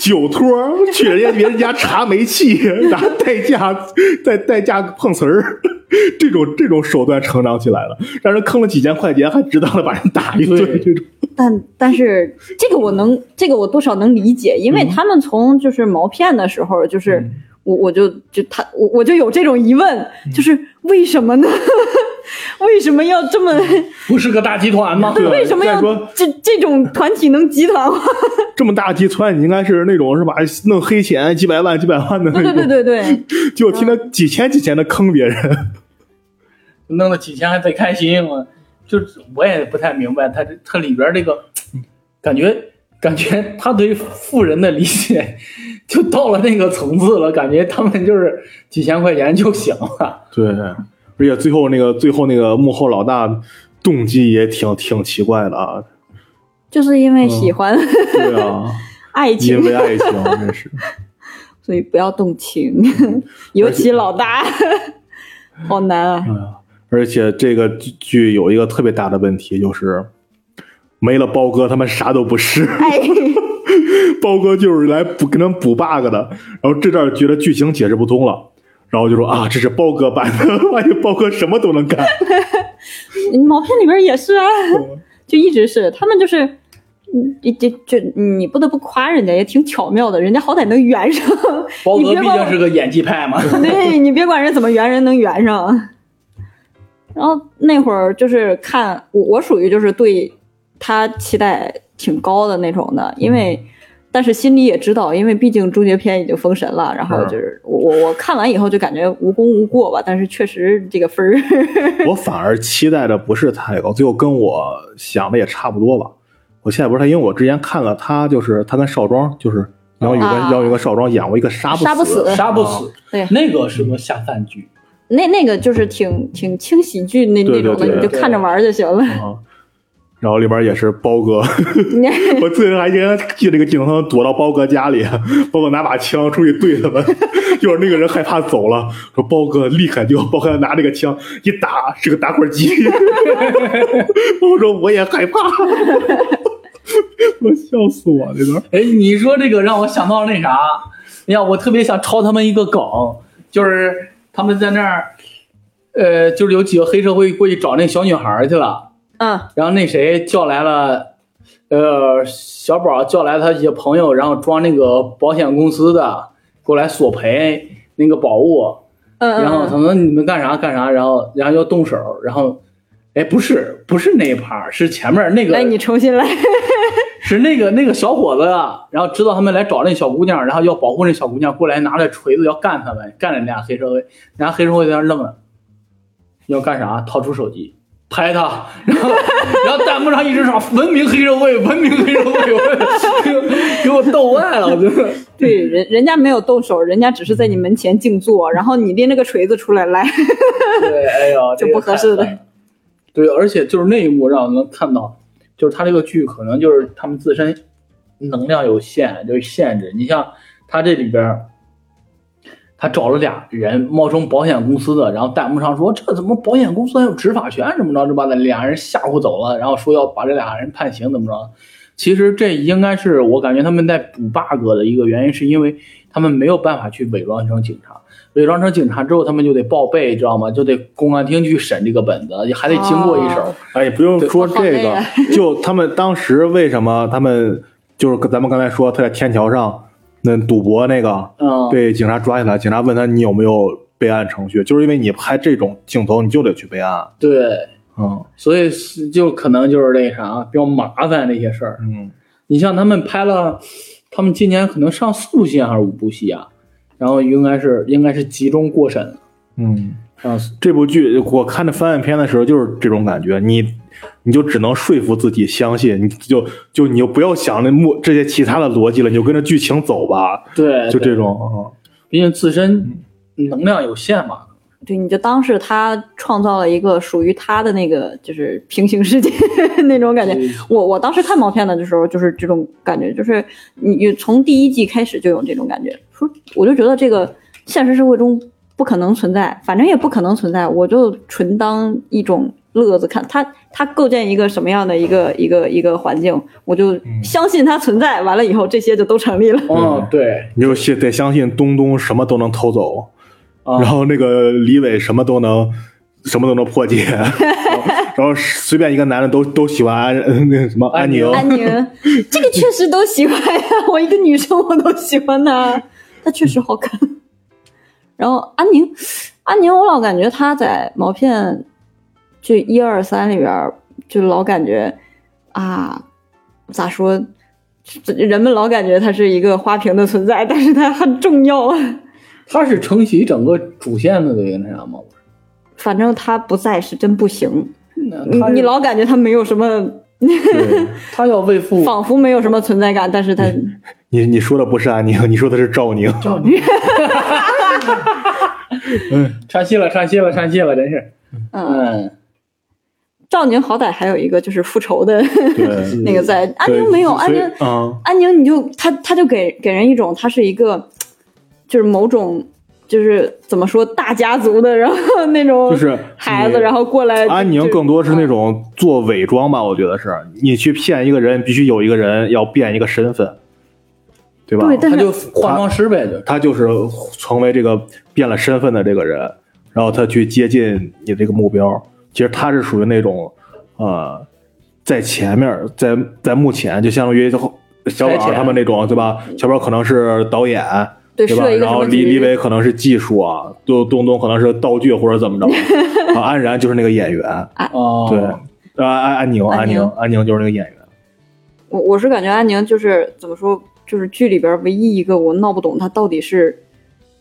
Speaker 1: 酒托儿去人家别人家查煤气，拿代驾再代驾碰瓷儿。这种这种手段成长起来了，让人坑了几千块钱，还值当的把人打一顿，
Speaker 2: 对
Speaker 1: 这种
Speaker 3: 但但是这个我
Speaker 1: 嗯
Speaker 3: 能，这个我多少能理解，因为他们从就是毛片的时候，就是、
Speaker 1: 嗯
Speaker 3: 我我就就他我我就有这种疑问，就是为什么呢？ 为什么要这么？
Speaker 2: 不是个大集团吗？
Speaker 3: 为什么
Speaker 1: 嗯啊再
Speaker 3: 要
Speaker 1: 说
Speaker 3: 这这种团体能集团化？
Speaker 1: 这么大集团，你应该是那种是吧？弄黑钱几百万、几百万的那
Speaker 3: 对
Speaker 1: 种，
Speaker 3: 对对对对，
Speaker 1: 就天天几千几千的坑别人。
Speaker 2: 弄了几千还贼开心，我就是我也不太明白他这他里边这个感觉感觉他对富人的理解 就到了那个层次了，感觉他们就是几千块钱就行了。
Speaker 1: 对， 而且最后那个最后那个幕后老大动机也挺挺奇怪的啊，
Speaker 3: 就是因为喜欢、
Speaker 1: 对啊，嗯
Speaker 3: 爱
Speaker 1: 因
Speaker 3: 情，
Speaker 1: 为爱情真是，
Speaker 3: 所以不要动情，
Speaker 1: 嗯
Speaker 3: 尤其老大， 好难啊！
Speaker 1: 嗯而且这个剧剧有一个特别大的问题就是。没了包哥，他们啥都不是。
Speaker 3: 哎，
Speaker 1: 包哥就是来补给他们补 bug 的，然后这段觉得剧情解释不通了，然后就说啊，这是包哥版的， 发现包哥什么都能干。
Speaker 3: 毛片里边也是啊，
Speaker 2: 哦
Speaker 3: 就一直是他们就是，嗯这这这，你不得不夸人家也挺巧妙的，人家好歹能圆上。
Speaker 2: 包
Speaker 3: 你
Speaker 2: 哥
Speaker 3: 别嗯
Speaker 2: 毕
Speaker 3: 忘
Speaker 2: 竟
Speaker 3: 了
Speaker 2: 是个演技派嘛，
Speaker 3: 对你别管人怎么圆，人能圆上。然后那会儿就是看我，我属于就是对他期待挺高的那种的，因为
Speaker 2: 嗯
Speaker 3: 但是心里也知道，因为毕竟终结篇已经封神了。然后
Speaker 2: 嗯
Speaker 3: 就是我我我看完以后就感觉无功无过吧，但是确实这个分儿
Speaker 1: 我反而期待的不是太高，最后跟我想的也差不多吧。我现在不是他，因为我之前看了他，就是他跟少庄，就是杨宇跟
Speaker 3: 啊
Speaker 1: 杨宇跟少庄演过一个杀不
Speaker 3: 杀不死
Speaker 2: 杀不死。
Speaker 3: 对
Speaker 2: 那个是个下饭剧，那
Speaker 3: 那那个
Speaker 2: 嗯
Speaker 3: 就是挺挺轻喜剧那
Speaker 1: 对
Speaker 3: 那种的，
Speaker 1: 对对
Speaker 3: 你就看着玩儿就行了。
Speaker 1: 啊。然后里边也是包哥，
Speaker 3: 你
Speaker 1: 我最后还应该记得一个镜头，躲到包哥家里，包哥拿把枪出去对他们， 就是那个人害怕走了，说包哥厉害就包哥拿那个枪一打是个打火机， 我说我也害怕， 我笑死我那段。
Speaker 2: 哎，你说这个让我想到那啥，哎呀，我特别想抄他们一个梗，就是他们在那儿，呃，就是有几个黑社会过去找那小女孩儿去了，
Speaker 3: 嗯，
Speaker 2: 然后那谁叫来了，呃，小宝叫来他一些朋友，然后装那个保险公司的过来索赔那个宝物，
Speaker 3: 嗯嗯
Speaker 2: 然后他
Speaker 3: 嗯，
Speaker 2: 说你们干啥干啥，然后然后要动手，然后。哎，不是，不是那一盘儿，是前面那个。
Speaker 3: 来哎你重新来，
Speaker 2: 是那个那个小伙子，啊然后知道他们来找那小姑娘，然后要保护那小姑娘，过来拿着锤子要干他们，干了俩黑社会，俩黑社会在那儿愣了，要干啥？掏出手机拍他，然后然后弹幕上一直说文明黑社会，文明黑社会，我给我给我逗坏了，我真的。
Speaker 3: 对人人家没有动手，人家只是在
Speaker 2: 嗯
Speaker 3: 你门前静坐，然后你拎着个锤子出来来。
Speaker 2: 对，哎呀，
Speaker 3: 就不合适
Speaker 2: 这
Speaker 3: 了
Speaker 2: 个太烦了。对，而且就是那一幕让我们看到，就是他这个剧可能就是他们自身能量有限，就是限制。你像他这里边儿，他找了俩人冒充保险公司的，然后弹幕上说这怎么保险公司还有执法权怎么着，这把俩人吓唬走了，然后说要把这俩人判刑怎么着。其实这应该是我感觉他们在补 bug 的一个原因，是因为他们没有办法去伪装成警察，伪装成警察之后，他们就得报备，知道吗？就得公安厅去审这个本子，还得经过一手。
Speaker 3: 哦
Speaker 1: 哎，不用说这
Speaker 3: 对我
Speaker 1: 个
Speaker 3: 好，
Speaker 1: 就他们当时为什么他们就是跟咱们刚才说他在天桥上那赌博那个
Speaker 2: 嗯，
Speaker 1: 被警察抓起来，警察问他你有没有备案程序，就是因为你拍这种镜头你就得去备案。
Speaker 2: 对，
Speaker 1: 嗯
Speaker 2: 所以是就可能就是那啥比较麻烦这些事儿。
Speaker 1: 嗯，
Speaker 2: 你像他们拍了，他们今年可能上四部戏还是五部戏啊，然后应该是应该是集中过审了。
Speaker 1: 嗯，
Speaker 2: 啊，
Speaker 1: 这部剧我看的翻案片的时候就是这种感觉，你你就只能说服自己相信，你就就你就不要想那幕这些其他的逻辑了，你就跟着剧情走吧，
Speaker 3: 哎
Speaker 2: 对，
Speaker 1: 就
Speaker 2: 对
Speaker 1: 这，种。啊
Speaker 2: 毕竟自身能量有限嘛。
Speaker 3: 对，你就当是他创造了一个属于他的那个就是平行世界 那种感觉
Speaker 2: 嗯。
Speaker 3: 我我当时看毛片的时候就是这种感觉，就是你你从第一季开始就有这种感觉，说我就觉得这个现实社会中不可能存在，反正也不可能存在，我就纯当一种乐子看。他他构建一个什么样的一个一个一个环境，我就相信它存在。完了以后，这些就都成立了。
Speaker 2: 嗯，对，
Speaker 1: 你就信得相信东东什么都能偷走，
Speaker 2: 啊
Speaker 1: 然后那个李伟什么都能，什么都能破解， 然后随便一个男的都都喜欢安 那什么安宁，
Speaker 3: 安宁，这个确实都喜欢呀、 我一个女生我都喜欢她，她确实好看。然后安宁，安宁，我老感觉她在毛片就一二三里边儿，就老感觉啊，咋说？人们老感觉她是一个花瓶的存在，但是她很重要。
Speaker 2: 他是承袭整个主线的那个那啥嘛。
Speaker 3: 反正她不在是真不行，
Speaker 2: 那
Speaker 3: 你
Speaker 2: 他是
Speaker 3: 你老感觉她没有什么
Speaker 1: 对，
Speaker 2: 他要为父
Speaker 3: 仿佛没有什么存在感，但是他
Speaker 1: 你你说的不是安宁，你说的是赵宁。
Speaker 2: 赵宁。唱戏了，唱戏了，唱戏了，真是。
Speaker 3: 嗯，
Speaker 2: 嗯，
Speaker 3: 赵宁好歹还有一个就是复仇的
Speaker 1: 对，
Speaker 3: 那个在，安宁
Speaker 1: 嗯对
Speaker 3: 没有，安
Speaker 1: 所以
Speaker 3: 宁
Speaker 1: 嗯，
Speaker 3: 安宁，你就他他就给给人一种他是一个，就是某种就是怎么说大家族的，然后那种
Speaker 1: 就是
Speaker 3: 孩子，
Speaker 1: 你
Speaker 3: 然后过 来
Speaker 1: 安宁更多是那种做伪装吧，我觉得是你去骗一个人，必须有一个人要变一个身份，对吧？
Speaker 3: 对，但
Speaker 2: 他
Speaker 3: 是
Speaker 2: 就化妆师呗，就是。
Speaker 1: 他就是成为这个变了身份的这个人，然后他去接近你这个目标。其实他是属于那种，呃，在前面，在在目前，就相当于小宝啊
Speaker 2: 台前
Speaker 1: 他们那种，对吧？小宝可能是导演，
Speaker 3: 对
Speaker 1: 对吧
Speaker 3: 设一？个
Speaker 1: 然
Speaker 3: 什
Speaker 1: 后
Speaker 3: 么
Speaker 1: 李李
Speaker 3: 局
Speaker 1: 伟可能是技术啊，就东东可能是道具或者怎么 着，啊，安然就是那个演员，
Speaker 2: 哦，
Speaker 1: 对，啊安安宁安
Speaker 3: 安宁
Speaker 1: 宁安宁就是那个演员，
Speaker 3: 我我是感觉安宁就是怎么说，就是剧里边唯一一个我闹不懂他到底是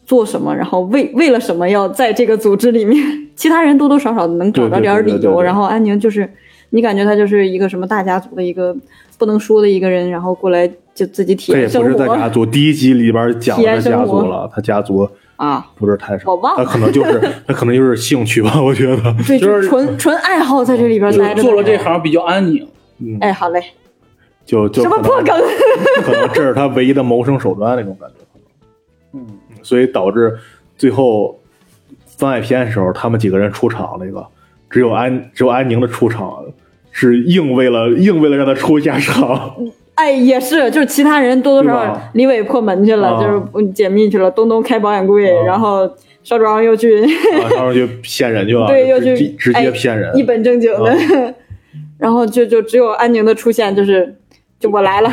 Speaker 3: 做什么，然后为为了什么要在这个组织里面， 其他人多多少少能找着点儿理
Speaker 1: 对对对对
Speaker 3: 由，
Speaker 1: 对
Speaker 3: 然后安宁就是你感觉他就是一个什么大家族的一个不能说的一个人，然后过来就自己体
Speaker 1: 他也
Speaker 3: 验生
Speaker 1: 不是在家
Speaker 3: 活
Speaker 1: 族，第一集里边讲
Speaker 3: 体
Speaker 1: 的
Speaker 3: 验生
Speaker 1: 家
Speaker 3: 活
Speaker 1: 族了，他家族
Speaker 3: 啊，
Speaker 1: 不是太少，
Speaker 3: 我忘
Speaker 1: 他
Speaker 3: 了
Speaker 1: 可能就是他可能就是兴趣吧，我觉得，
Speaker 3: 对，
Speaker 2: 就是
Speaker 3: 就纯纯爱好在这里边
Speaker 2: 就
Speaker 3: 待着的。
Speaker 2: 做了这行比较安宁。
Speaker 1: 嗯，
Speaker 3: 哎，好嘞，
Speaker 1: 就就
Speaker 3: 什么
Speaker 1: 可能
Speaker 3: 破梗？啊
Speaker 1: 可能这是他唯一的谋生手段那种感觉，
Speaker 2: 嗯，
Speaker 1: 所以导致最后番外篇的时候，他们几个人出场那个，只有安只有安宁的出场是硬为了硬为了让他出一下 场，啊
Speaker 3: 哎，也是，就是其他人多多少
Speaker 1: 对
Speaker 3: 少
Speaker 1: 吧，
Speaker 3: 李伟破门去了，
Speaker 1: 啊
Speaker 3: 就是嗯解密去了，东东开保险柜，
Speaker 1: 啊
Speaker 3: 然后邵庄又去
Speaker 1: 然后就骗人去了，
Speaker 3: 对又
Speaker 1: 直
Speaker 3: 去
Speaker 1: 啊直
Speaker 3: 哎
Speaker 1: 接骗人，
Speaker 3: 一本正经的，
Speaker 1: 啊
Speaker 3: 然后就就只有安宁的出现，就是就我 来了，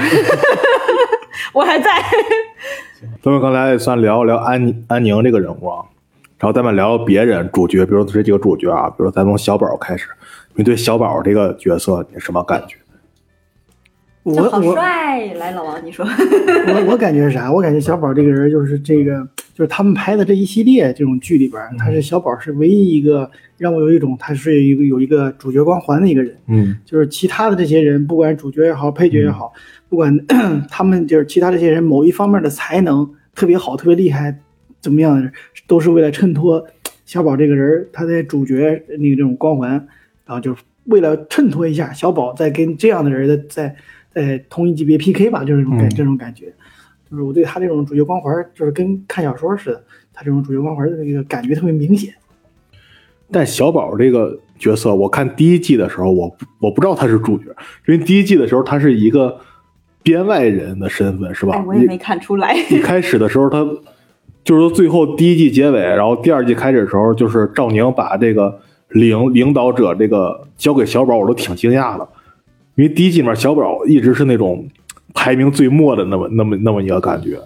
Speaker 3: 我 还在，
Speaker 1: 咱们刚才也算聊一聊安安宁这个人物啊，然后咱们聊聊别人主角，比如说这几个主角啊，比如说咱从小宝开始，你对小宝这个角色你什么感觉？
Speaker 4: 我我
Speaker 3: 帅，来老王你说，
Speaker 4: 我我感觉是啥？我感觉小宝这个人就是这个，就是他们拍的这一系列这种剧里边儿，他是小宝是唯一一个让我有一种他是一个有一个主角光环的一个人。
Speaker 1: 嗯
Speaker 4: 就是其他的这些人，不管主角也好，配角也好，不管 他们就是其他这些人某一方面的才能特别好、特别厉害，怎么样的人，都是为了衬托小宝这个人儿他的主角那个这种光环，然后就是为了衬托一下小宝在跟这样的人的在在同一级别 PK 吧，就是这种
Speaker 1: 嗯
Speaker 4: 感、这种感觉。就是我对他这种主角光环，就是跟看小说似的，他这种主角光环的那个感觉特别明显。
Speaker 1: 但小宝这个角色，我看第一季的时候，我不我不知道他是主角，因为第一季的时候他是一个编外人的身份，是吧？
Speaker 3: 哎，我也没看出来，
Speaker 1: 一开始的时候他，就是说最后第一季结尾，然后第二季开始的时候，就是赵宁把这个领领导者这个交给小宝，我都挺惊讶的，因为第一季里面小宝一直是那种排名最末的那么那么那么一个感觉，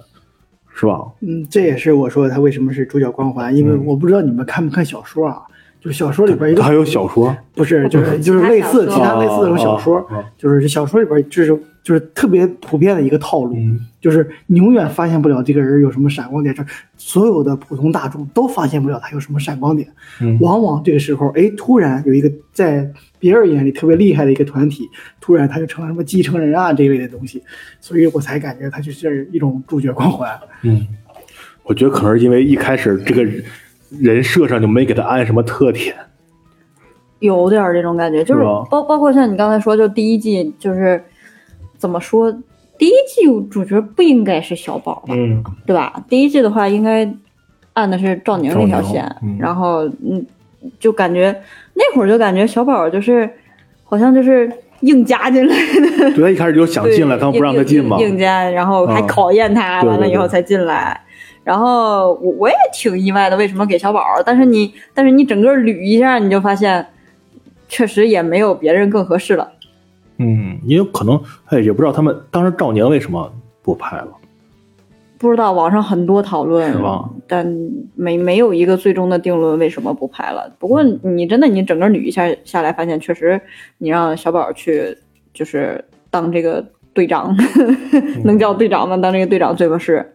Speaker 1: 是吧？
Speaker 4: 嗯，这也是我说他为什么是主角光环，因为
Speaker 1: 嗯
Speaker 4: 我不知道你们看不看小说啊，就是小说里边一
Speaker 1: 他还
Speaker 4: 个
Speaker 1: 有小说，
Speaker 4: 不是就是就是类似其
Speaker 3: 其
Speaker 4: 他
Speaker 3: 他
Speaker 4: 类似的这种小说，
Speaker 1: 啊啊啊
Speaker 4: 就是小说里边就是就是特别普遍的一个套路，
Speaker 1: 嗯，
Speaker 4: 就是你永远发现不了这个人有什么闪光点，就是所有的普通大众都发现不了他有什么闪光点。
Speaker 1: 嗯
Speaker 4: 往往这个时候，哎，突然有一个在别人眼里特别厉害的一个团体，突然他就成了什么继承人啊这一类的东西，所以我才感觉他就是一种主角光环。
Speaker 1: 嗯，我觉得可能是因为一开始这个人设上就没给他安什么特点，
Speaker 3: 有点儿这种感觉，就是
Speaker 1: 是吧
Speaker 3: 包包括像你刚才说，就第一季就是怎么说，第一季主角不应该是小宝吧，
Speaker 1: 嗯，
Speaker 3: 对吧？第一季的话应该按的是赵宁那条
Speaker 1: 赵宁
Speaker 3: 线，
Speaker 1: 嗯
Speaker 3: 然后嗯，就感觉那会儿就感觉小宝就是好像就是硬加进来的，
Speaker 1: 对他一开始就想啊进来，他们不让他进嘛，
Speaker 3: 硬硬硬加，然后还
Speaker 1: 嗯
Speaker 3: 考验他，
Speaker 1: 对
Speaker 3: 完了
Speaker 1: 对
Speaker 3: 以后
Speaker 1: 对
Speaker 3: 才进来。然后我我也挺意外的，为什么给小宝儿？但是你但是你整个捋一下，你就发现确实也没有别人更合适了。
Speaker 1: 嗯，也有可能，哎，也不知道他们当时赵宁为什么不拍了，
Speaker 3: 不知道网上很多讨论，
Speaker 1: 是吧
Speaker 3: 但没没有一个最终的定论，为什么不拍了？不过你真的你整个捋一下下来，发现确实你让小宝去就是当这个队长， 能叫队长吗？当这个队长最合适。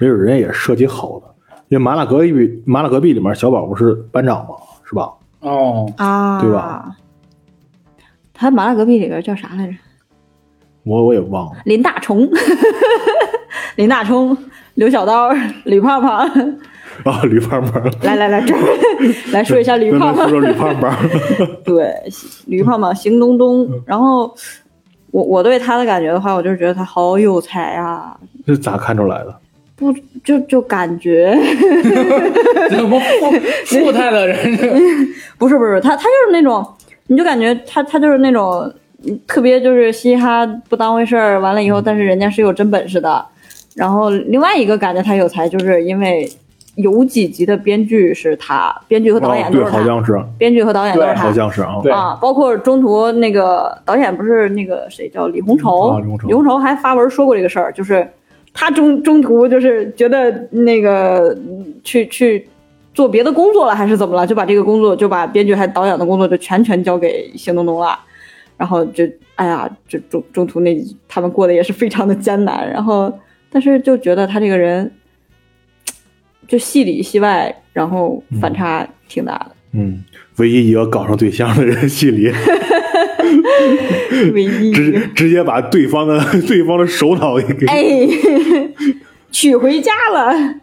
Speaker 1: 没准人家也设计好的。因为麻辣隔壁，麻辣隔壁里 面小宝不是班长嘛，是吧？
Speaker 2: 哦，
Speaker 3: 啊
Speaker 1: 对吧？
Speaker 3: 他《麻辣隔壁》里边叫啥来着？
Speaker 1: 我我也忘了，
Speaker 3: 林大虫， 林大冲，刘小刀，吕胖胖，
Speaker 1: 啊，吕胖胖，
Speaker 3: 来来来，这儿 来说一下吕
Speaker 1: 刚
Speaker 3: 胖
Speaker 1: 才
Speaker 3: 胖
Speaker 1: 说。吕胖胖，
Speaker 3: 对，驴胖嘛，邢东
Speaker 1: 嗯
Speaker 3: 东。然后我我对他的感觉的话，我就是觉得他好有才啊，
Speaker 1: 这咋看出来的？
Speaker 3: 不就就感觉
Speaker 2: 怎么富 富态的人？
Speaker 3: 不是不是，他他就是那种，你就感觉他他就是那种嗯特别就是嘻哈不当回事儿，完了以后，但是人家是有真本事的。然后另外一个感觉他有才，就是因为有几集的编剧是他，编剧和导
Speaker 1: 哦
Speaker 3: 演都
Speaker 1: 对，
Speaker 3: 是
Speaker 1: 好
Speaker 3: 他，
Speaker 1: 像是，
Speaker 3: 编剧和导演都是
Speaker 2: 对
Speaker 3: 他
Speaker 1: 好。像是啊，
Speaker 2: 对
Speaker 3: 啊，包括中途那个导演不是那个谁叫李红绸，
Speaker 1: 啊李红绸
Speaker 3: 还发文说过这个事儿，就是他中中途就是觉得那个嗯去去做别的工作了还是怎么了，就把这个工作就把编剧还导演的工作就全权交给邢东东了，然后就哎呀，就中中途那他们过得也是非常的艰难，然后但是就觉得他这个人。就戏里戏外，然后反差挺大的，
Speaker 1: 嗯，唯一一个搞上对象的人戏里，
Speaker 3: 唯一一个
Speaker 1: 直 直接把对方的对方的首脑给给，
Speaker 3: 哎，娶回家了。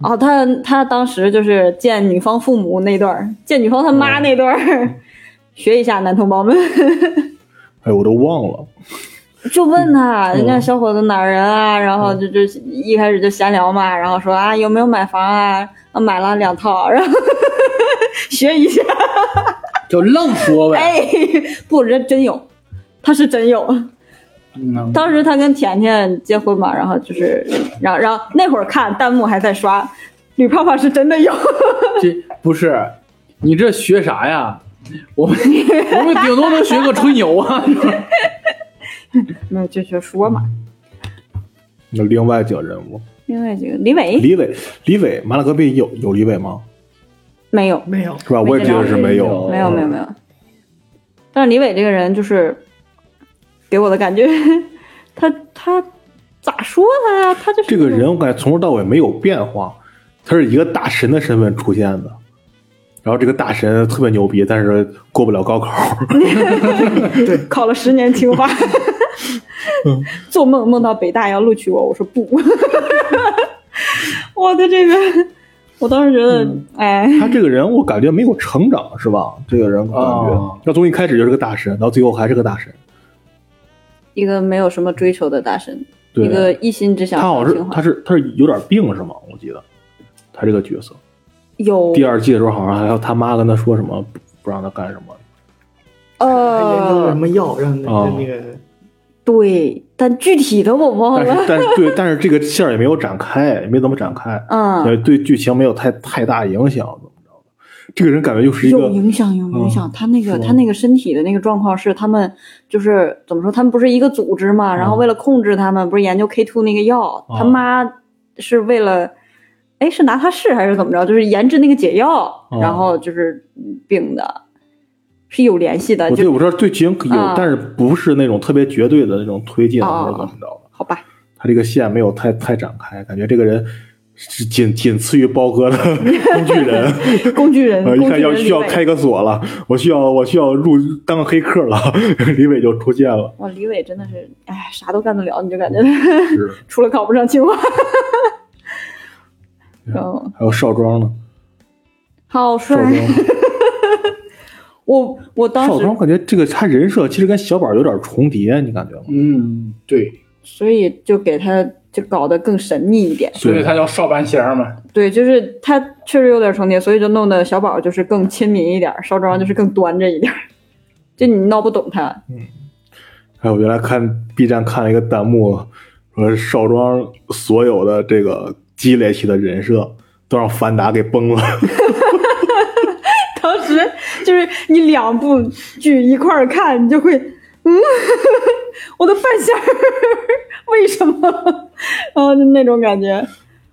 Speaker 3: 哦，他他当时就是见女方父母那段儿，见女方他妈那段儿，学一下男同胞们，
Speaker 1: 哎，我都忘了，
Speaker 3: 就问他人家小伙子哪儿人啊，然后就就一开始就闲聊嘛，然后说啊有没有买房啊，啊买了两套，然后 学一下，
Speaker 2: 就愣说呗。
Speaker 3: 哎，不人真有，他是真有，
Speaker 2: 嗯，
Speaker 3: 当时他跟甜甜结婚嘛，然后就是，然后然后那会儿看弹幕还在刷，吕泡泡是真的有，
Speaker 2: 这不是你这学啥呀？我们我们顶多能学个吹牛啊。
Speaker 3: 那就就说嘛。
Speaker 1: 那另外几个人物，
Speaker 3: 另外几个李伟
Speaker 1: 李伟，李伟，麻辣隔壁有有李伟吗？
Speaker 3: 没有，
Speaker 4: 没有，
Speaker 1: 是吧？我也记得是没有，嗯
Speaker 3: 没有，没有，没有。但是李伟这个人就是给我的感觉，他他咋说他呀？他就是
Speaker 1: 这个人我感觉从头到尾没有变化，他是一个大神的身份出现的，然后这个大神特别牛逼，但是过不了高 考，
Speaker 3: 考了十年清华， 做梦梦到北大要录取我，我说不。 我的这个，我当时觉得，
Speaker 1: 嗯
Speaker 3: 哎。
Speaker 1: 他这个人我感觉没有成长，是吧？这个人我感
Speaker 2: 哦
Speaker 1: 觉，那从一开始就是个大神，到最后还是个大神。
Speaker 3: 一个没有什么追求的大神，
Speaker 1: 对
Speaker 3: 一个一心只想
Speaker 1: 他好像
Speaker 3: 上清
Speaker 1: 是
Speaker 3: 华
Speaker 1: 他是他是有点病是吗？我记得他这个角色，
Speaker 3: 有
Speaker 1: 第二季的时候好像还有他妈跟他说什么不不让他干什么，
Speaker 4: 还研究了什
Speaker 3: 呃，
Speaker 4: 么药让那
Speaker 1: 哦
Speaker 4: 那个
Speaker 3: 对，但具体的我忘
Speaker 1: 但是
Speaker 3: 了。
Speaker 1: 但是对，但是这个线儿也没有展开，也没怎么展开，
Speaker 3: 嗯，
Speaker 1: 对呃对剧情没有太太大影响，怎么着的？这个人感觉就是一
Speaker 3: 有
Speaker 1: 个嗯
Speaker 3: 影响，有影响。他那个他那个身体的那个状况是他们就是怎么说？他们不是一个组织嘛？然后为了控制他们，不是研究 K two 那个药，
Speaker 1: 嗯啊
Speaker 3: 他妈是为了。哎，是拿他试还是怎么着？就是研制那个解药，
Speaker 1: 啊
Speaker 3: 然后就是病的，是有联系的。
Speaker 1: 我对
Speaker 3: 就
Speaker 1: 我知道对剧情有，
Speaker 3: 啊
Speaker 1: 但是不是那种特别绝对的那种推进啊
Speaker 3: 哦
Speaker 1: 或者怎么着的。
Speaker 3: 好吧，
Speaker 1: 他这个线没有太太展开，感觉这个人是仅仅次于包哥的 工具 人。
Speaker 3: 工具人，
Speaker 1: 呃，一
Speaker 3: 工具
Speaker 1: 看要
Speaker 3: 人
Speaker 1: 需要
Speaker 3: 李伟
Speaker 1: 开个锁了，我需要我需要入当个黑客了，李伟就出现了。
Speaker 3: 哇，李伟真的是，哎，啥都干得了，你就感觉
Speaker 1: 是，
Speaker 3: 除了考不上 清华。然后
Speaker 1: 还有少庄呢，
Speaker 3: 好
Speaker 1: 少
Speaker 3: 帅
Speaker 1: 庄，，
Speaker 3: 我我当
Speaker 1: 少
Speaker 3: 时
Speaker 1: 庄，感觉这个他人设其实跟小宝有点重叠，你感觉吗？
Speaker 2: 嗯，对，
Speaker 3: 所以就给他就搞得更神秘一点。
Speaker 2: 所以他叫少班仙儿嘛。
Speaker 3: 对，就是他确实有点重叠，所以就弄得小宝就是更亲民一点，少庄就是更端着一点。就你闹不懂他，
Speaker 1: 还有哎原来看 B 站看了一个弹幕，说少庄所有的这个积累起的人设都让凡达给崩了。
Speaker 3: 当时就是你两部剧一块儿看，你就会，嗯， 我的半仙儿， 为什么？ 然后就那种感觉。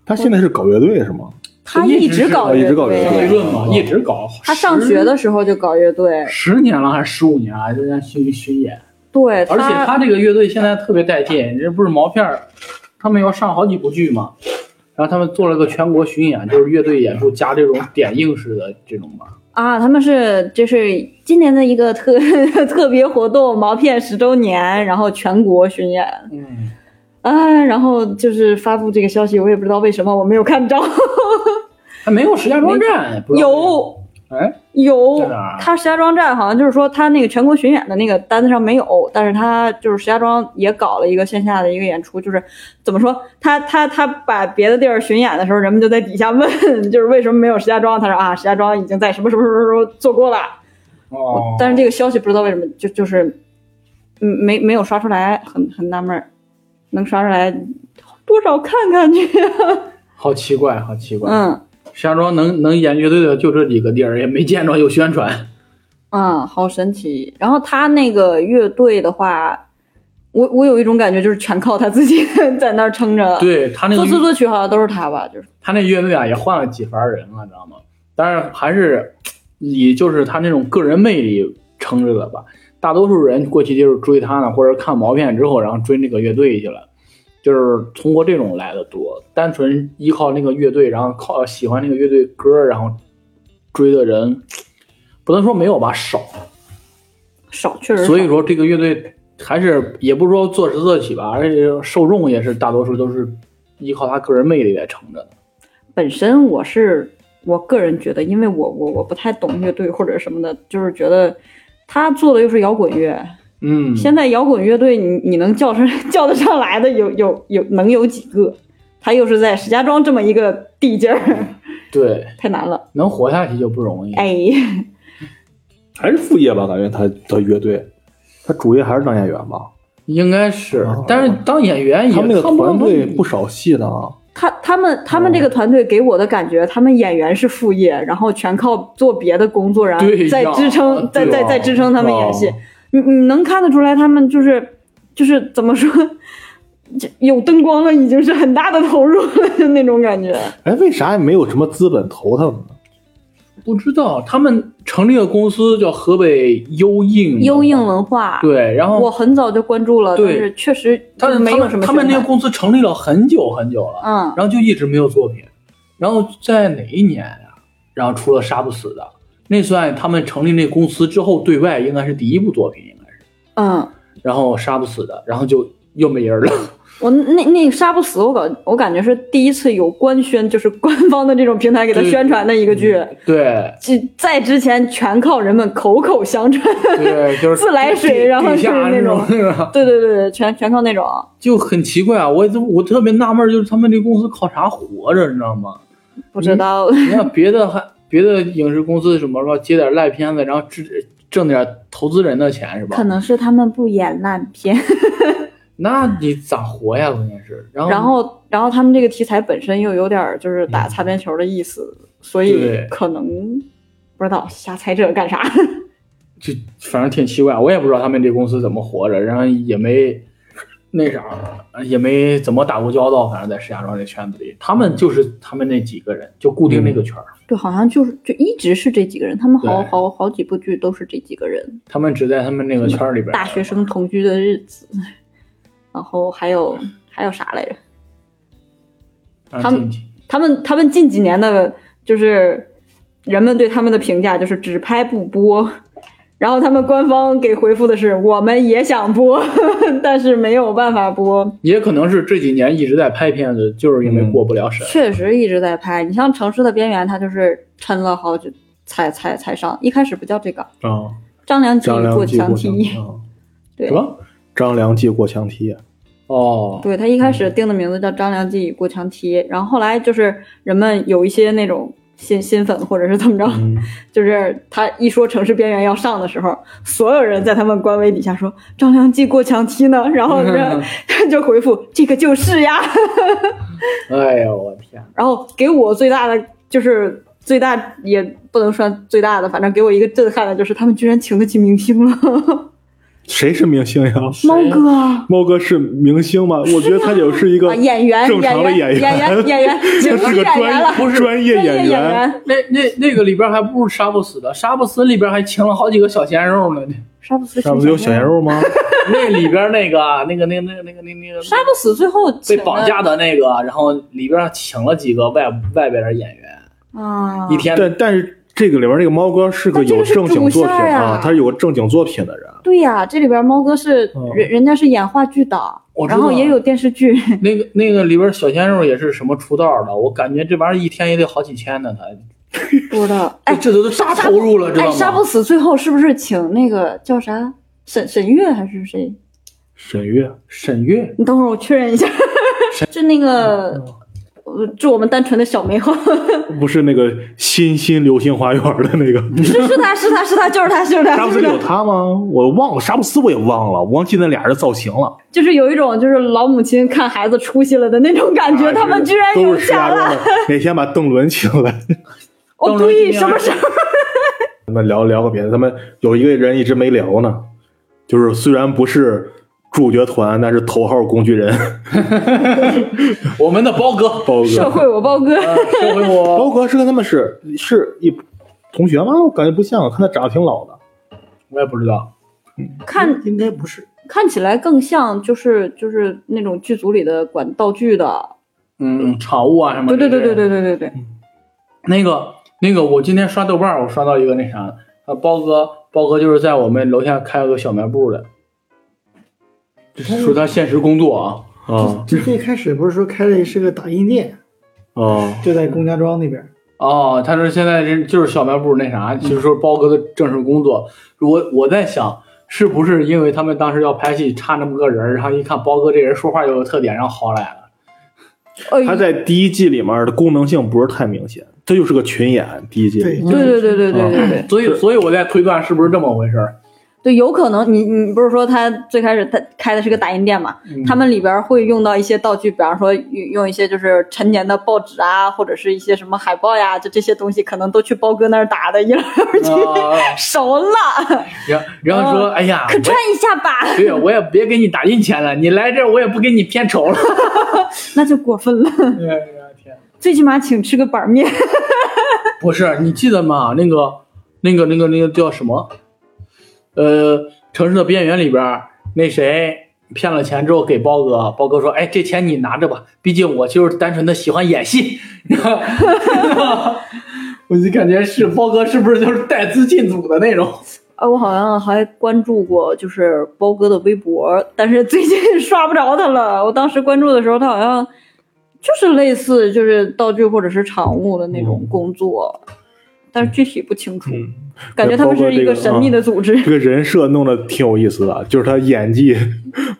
Speaker 1: 他现在是搞乐队是吗？
Speaker 3: 他
Speaker 2: 一
Speaker 3: 一
Speaker 2: 直
Speaker 3: 直
Speaker 2: 是
Speaker 3: 搞
Speaker 1: 一直搞
Speaker 3: 队
Speaker 1: 乐
Speaker 2: 理
Speaker 1: 队
Speaker 2: 论嘛，一直搞。
Speaker 3: 他上学的时候就搞乐队，
Speaker 2: 十十年了还是十五年了，还在那巡巡演。
Speaker 3: 对，
Speaker 2: 而且他这个乐队现在特别带劲，这不是毛片儿，他们要上好几部剧嘛。然后他们做了个全国巡演，就是乐队演出加这种点映式的这种嘛。
Speaker 3: 啊，他们是就是今年的一个特 特别活动，毛片十周年，然后全国巡演
Speaker 2: 嗯，
Speaker 3: 啊，然后就是发布这个消息，我也不知道为什么我没有看着，
Speaker 2: 还没有石家庄站，不知道
Speaker 3: 有
Speaker 2: 哎，
Speaker 3: 有
Speaker 2: 在哪儿，
Speaker 3: 他石家庄站好像就是说他那个全国巡演的那个单子上没有，但是他就是石家庄也搞了一个线下的一个演出，就是怎么说，他他他把别的地儿巡演的时候，人们就在底下问， 就是为什么没有石家庄？他说啊，石家庄已经在什么什么什么什么做过了，
Speaker 2: 哦，
Speaker 3: 但是这个消息不知道为什么就就是，嗯，没没有刷出来，很很纳闷儿，能刷出来多少看看去，
Speaker 2: 好奇怪，好奇怪，，
Speaker 3: 嗯。
Speaker 2: 石家庄能能演乐队的就这几个地儿，也没见着有宣传。
Speaker 3: 啊，好神奇！然后他那个乐队的话，我我有一种感觉，就是全靠他自己 在那儿撑着。，
Speaker 2: 对他那个
Speaker 3: 作词
Speaker 2: 乐
Speaker 3: 作曲好像都是他吧？就是
Speaker 2: 他那乐队啊，也换了几番人了，知道吗？但是还是以就是他那种个人魅力撑着的吧。大多数人过去就是追他呢，或者看毛片之后，然后追那个乐队去了，就是通过这种来的多。单纯依靠那个乐队，然后靠喜欢那个乐队歌，然后追的人，不能说没有吧，少。
Speaker 3: 少，确实少
Speaker 2: 所以说这个乐队还是也不是说作词作曲吧，而且受众也是大多数都是依靠他个人魅力来撑着的。
Speaker 3: 本身我是我个人觉得，因为我我我不太懂乐队或者什么的，就是觉得他做的又是摇滚乐。
Speaker 2: 嗯
Speaker 3: 现在摇滚乐队你你能叫上 叫得上来的有有有能有几个？他又是在石家庄这么一个地界儿，
Speaker 2: 对，
Speaker 3: 太难了。
Speaker 2: 能活下去就不容易。
Speaker 3: 哎，
Speaker 1: 还是副业吧，感觉他他乐队，他主业还是当演员吧。
Speaker 2: 应该是
Speaker 1: 哦，
Speaker 2: 但是当演员也
Speaker 1: 他们那个
Speaker 2: 看不到
Speaker 1: 团队
Speaker 2: 东西
Speaker 1: 不少戏的啊，
Speaker 3: 他他们他们这
Speaker 2: 哦
Speaker 3: 个团队给我的感觉，他们演员是副业，然后全靠做别的工作，然后
Speaker 2: 对
Speaker 3: 再
Speaker 2: 呀啊
Speaker 3: 支撑，
Speaker 2: 对啊
Speaker 3: 再
Speaker 2: 呀
Speaker 3: 再再支撑他们演戏
Speaker 1: 哦。
Speaker 3: 你你能看得出来，他们就是就是怎么说，这有灯光了，已经是很大的投入了就那种感觉。
Speaker 1: 哎，
Speaker 2: 嗯
Speaker 1: 为啥也没有什么资本投他们呢？
Speaker 2: 不知道，他们成立了公司叫河北优映，
Speaker 3: 优映文化，
Speaker 2: 对，然后
Speaker 3: 我很早就关注了，但
Speaker 2: 对
Speaker 3: 是确实
Speaker 2: 他
Speaker 3: 就是
Speaker 2: 们
Speaker 3: 没有什么
Speaker 2: 他们他们那
Speaker 3: 宣
Speaker 2: 个
Speaker 3: 传
Speaker 2: 公司成立了很久很久了，
Speaker 3: 嗯
Speaker 2: 然后就一直没有作品，然后在哪一年啊？然后出了《杀不死的》，那算他们成立那公司之后对外应该是第一部作品，应该是。
Speaker 3: 嗯，
Speaker 2: 然后《杀不死的》，然后就又没人了。
Speaker 3: 我那那杀不死，我感我感觉是第一次有官宣，就是官方的这种平台给他
Speaker 2: 对
Speaker 3: 宣传的一个剧。
Speaker 2: 对
Speaker 3: 这在之前全靠人们口口相传，
Speaker 2: 对，就是
Speaker 3: 自来水
Speaker 2: 地
Speaker 3: 然后
Speaker 2: 地下
Speaker 3: 就是那种
Speaker 2: 那种，
Speaker 3: 对对对对，全全靠那种，
Speaker 2: 就很奇怪啊！我我特别纳闷，就是他们这公司靠啥活着，你知道吗？
Speaker 3: 不
Speaker 2: 嗯
Speaker 3: 知道、
Speaker 2: 你看别的还别的影视公司什么说接点烂片子，然后挣挣点投资人的钱是吧
Speaker 3: 可？能是他们不演烂片，
Speaker 2: 那你咋活呀？关键是，然后
Speaker 3: 然后然后他们这个题材本身又有点儿就是打擦边球的意思，所以
Speaker 2: 嗯对
Speaker 3: 可能不知道瞎猜这干啥。
Speaker 2: 就反正挺奇怪，我也不知道他们这公司怎么活着，然后也没那啥，也没怎么打过交道，反正在石家庄这圈子里，他们就是他们那几个人，就固定那个圈儿，
Speaker 3: 对，好像就是就一直是这几个人，他们好
Speaker 2: 对
Speaker 3: 好好几部剧都是这几个人，
Speaker 2: 他们只在他们那个圈儿里边。
Speaker 3: 嗯大学生同居的日子， 然后还有还有啥来着？
Speaker 2: 啊，
Speaker 3: 他们
Speaker 2: 挺
Speaker 3: 他们他们近几年的，就是人们对他们的评价就是只拍不播，然后他们官方给回复的是我们也想播， 但是没有办法播。
Speaker 2: 也可能是这几年一直在拍片子，就是因为过不了审。
Speaker 3: 确实一直在拍，你像《城市的边缘》，它就是抻了好久才才才上，一开始不叫这个
Speaker 1: 啊，
Speaker 3: 张良计
Speaker 1: 张良
Speaker 3: 过
Speaker 1: 计
Speaker 3: 墙
Speaker 1: 过墙
Speaker 3: 梯，
Speaker 1: 啊
Speaker 3: 对
Speaker 2: 什么？
Speaker 1: 张良计过墙梯，
Speaker 2: 哦，
Speaker 3: 对他一开始定的名字叫张良计与过墙梯，然后后来就是人们有一些那种新新粉或者是怎么着，
Speaker 1: 嗯，
Speaker 3: 就是他一说城市边缘要上的时候，所有人在他们官微底下说张良计过墙梯呢，然后人就回复这个就是呀，
Speaker 2: 哎呦我天，
Speaker 3: 然后给我最大的就是最大也不能算最大的，反正给我一个震撼的就是他们居然请得起明星了，
Speaker 1: 谁是明星呀？
Speaker 3: 猫哥啊，
Speaker 1: 猫哥是明星吗？我觉得他就是 一个
Speaker 3: 演员
Speaker 1: 正常的
Speaker 3: 演员
Speaker 1: 演
Speaker 3: 员
Speaker 1: 员
Speaker 3: 演员，
Speaker 1: 他是
Speaker 3: 请出
Speaker 1: 个
Speaker 3: 演员了
Speaker 1: 专，专业
Speaker 3: 专
Speaker 1: 演
Speaker 3: 业演员。
Speaker 2: 那那那个里边还不如杀不死的，杀不死里边还请了好几个小鲜肉呢。
Speaker 3: 杀不死
Speaker 1: 那不就有小鲜，肉吗？
Speaker 2: 那里边那个啊那个那个那个那个那个那个
Speaker 3: 杀不死最后
Speaker 2: 被
Speaker 3: 请
Speaker 2: 绑
Speaker 3: 的
Speaker 2: 架的那个，然后里边请了几个外外边的演员，
Speaker 3: 啊，
Speaker 2: 一天
Speaker 1: 但但是这个里边那个猫哥是个
Speaker 3: 但这
Speaker 1: 有
Speaker 3: 个是
Speaker 1: 正经
Speaker 3: 主
Speaker 1: 作品
Speaker 3: 线呀
Speaker 1: 啊，他是有正经作品的人。
Speaker 3: 对呀、这里边猫哥是
Speaker 2: 嗯
Speaker 3: 人人家是演话剧的
Speaker 2: 我，知道
Speaker 3: 然后也有电视剧，
Speaker 2: 那个那个里边小鲜肉也是什么出道的，我感觉这玩意儿一天也得好几千呢，他
Speaker 3: 不知道哎，
Speaker 2: 这都啥
Speaker 3: 杀
Speaker 2: 投
Speaker 3: 不
Speaker 2: 入了，知
Speaker 3: 哎，杀
Speaker 2: 道
Speaker 3: 不
Speaker 2: 吗？
Speaker 3: 死最后是不是请那个叫啥沈沈月还是谁？
Speaker 1: 沈月，
Speaker 2: 沈月，
Speaker 3: 你等会儿我确认一下， 是那个。
Speaker 2: 嗯
Speaker 3: 呃祝我们单纯的小美好，
Speaker 1: 不是那个新新流星花园的那个，
Speaker 3: 是是他是他是他就是他就是他
Speaker 1: 杀不
Speaker 3: 就
Speaker 1: 死里
Speaker 3: 是他
Speaker 1: 有， 他吗？我忘了，杀不死我也忘了，我忘记那俩人造型了。
Speaker 3: 就是有一种就是老母亲看孩子出息了的那种感
Speaker 2: 啊
Speaker 3: 觉，他们居然
Speaker 1: 都哎
Speaker 3: 有
Speaker 1: 是石
Speaker 3: 钱
Speaker 1: 家庄
Speaker 3: 了，
Speaker 1: 的，哪天把邓伦请来，
Speaker 3: 哦
Speaker 2: 邓伦
Speaker 3: 对，
Speaker 2: 今天
Speaker 3: 什么时候？
Speaker 1: 咱们聊聊个别的。咱们有一个人一直没聊呢，就是虽然不是主角团，但是头号工具人
Speaker 2: 我们的包哥，
Speaker 1: 包
Speaker 3: 社
Speaker 1: 哥。
Speaker 3: 会我包哥，
Speaker 2: 呃社会我
Speaker 1: 包哥是跟他们是是一同学吗？我感觉不像，看他长得挺老的。
Speaker 2: 我也不知道，
Speaker 3: 看
Speaker 4: 应该不是，
Speaker 3: 看起来更像就是就是那种剧组里的管道具的，
Speaker 2: 嗯，场务啊什么
Speaker 3: 对
Speaker 2: 之类
Speaker 3: 对
Speaker 2: 的，
Speaker 3: 对对对对对对，
Speaker 2: 那个那个，我今天刷豆瓣儿，我刷到一个那啥，呃，包哥，包哥就是在我们楼下开了个小卖部的，这是说他现实工作啊，
Speaker 1: 啊
Speaker 4: 就最开始不是说开的是个打印店，
Speaker 1: 啊，
Speaker 4: 就在龚家庄那边，
Speaker 2: 哦，他说现在这就是小卖部那啥，就是说包哥的正式工作。我我在想，是不是因为他们当时要拍戏差那么个人儿，然后一看包哥这人说话又有特点，然后好来了。
Speaker 3: 呃，
Speaker 1: 他在第一季里面的功能性不是太明显，这就是个群演。第一季
Speaker 4: 对，
Speaker 3: 对对对对
Speaker 2: 嗯
Speaker 3: 对对对
Speaker 2: 所以所以我在推断是不是这么回事儿。
Speaker 3: 对，有可能你你不是说他最开始他开的是个打印店嘛？
Speaker 2: 嗯
Speaker 3: 他们里边会用到一些道具，比方说用用一些就是陈年的报纸啊，或者是一些什么海报呀，就这些东西可能都去包哥那儿 打的，一来二去
Speaker 2: 啊，
Speaker 3: 熟了，
Speaker 2: 然然后说，哎呀，
Speaker 3: 可穿一下吧，
Speaker 2: 我对，我也别给你打印钱了，你来这儿我也不给你片酬了。
Speaker 3: 那就过分了。
Speaker 2: 哎呀天，
Speaker 3: 最起码请吃个板面，
Speaker 2: 不是，你记得吗？那个那个那个那个叫什么？呃，城市的边缘里边儿，那谁骗了钱之后给包哥，包哥说：“哎，这钱你拿着吧，毕竟我就是单纯的喜欢演戏。” 我就感觉是包哥是不是就是带资进组的那种？
Speaker 3: 啊，我好像还关注过，就是包哥的微博，但是最近刷不着他了。我当时关注的时候，他好像就是类似就是道具或者是场务的那种工作，但是具体不清楚。感觉他们
Speaker 1: 包括
Speaker 3: 是一
Speaker 1: 这
Speaker 3: 个啊
Speaker 1: 个
Speaker 3: 神秘的组织。
Speaker 1: 这个人设弄得挺有意思的，就是他演技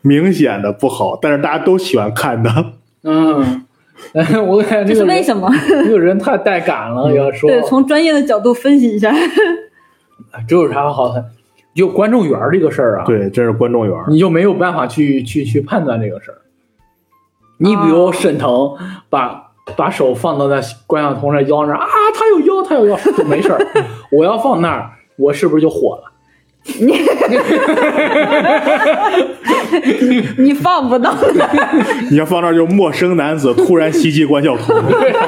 Speaker 1: 明显的不好，但是大家都喜欢看他。
Speaker 2: 嗯， 我感觉
Speaker 3: 这
Speaker 2: 这
Speaker 3: 是
Speaker 2: 个
Speaker 3: 为
Speaker 2: 人
Speaker 3: 什么？
Speaker 2: 这个人太带感了，要说哎
Speaker 3: 对，从专业的角度分析一下。
Speaker 2: 这有啥好的？就观众缘儿这个事儿啊，
Speaker 1: 对，真是观众缘儿。
Speaker 2: 你就没有办法去去去判断这个事儿。你比
Speaker 3: 哦
Speaker 2: 如沈腾把把手放到那关晓彤这腰那儿啊，他有腰，他有腰就没事儿。我要放那儿，我是不是就火了？
Speaker 3: 你放不到 的，
Speaker 1: 你要放那儿，就是陌生男子突然袭击关晓彤，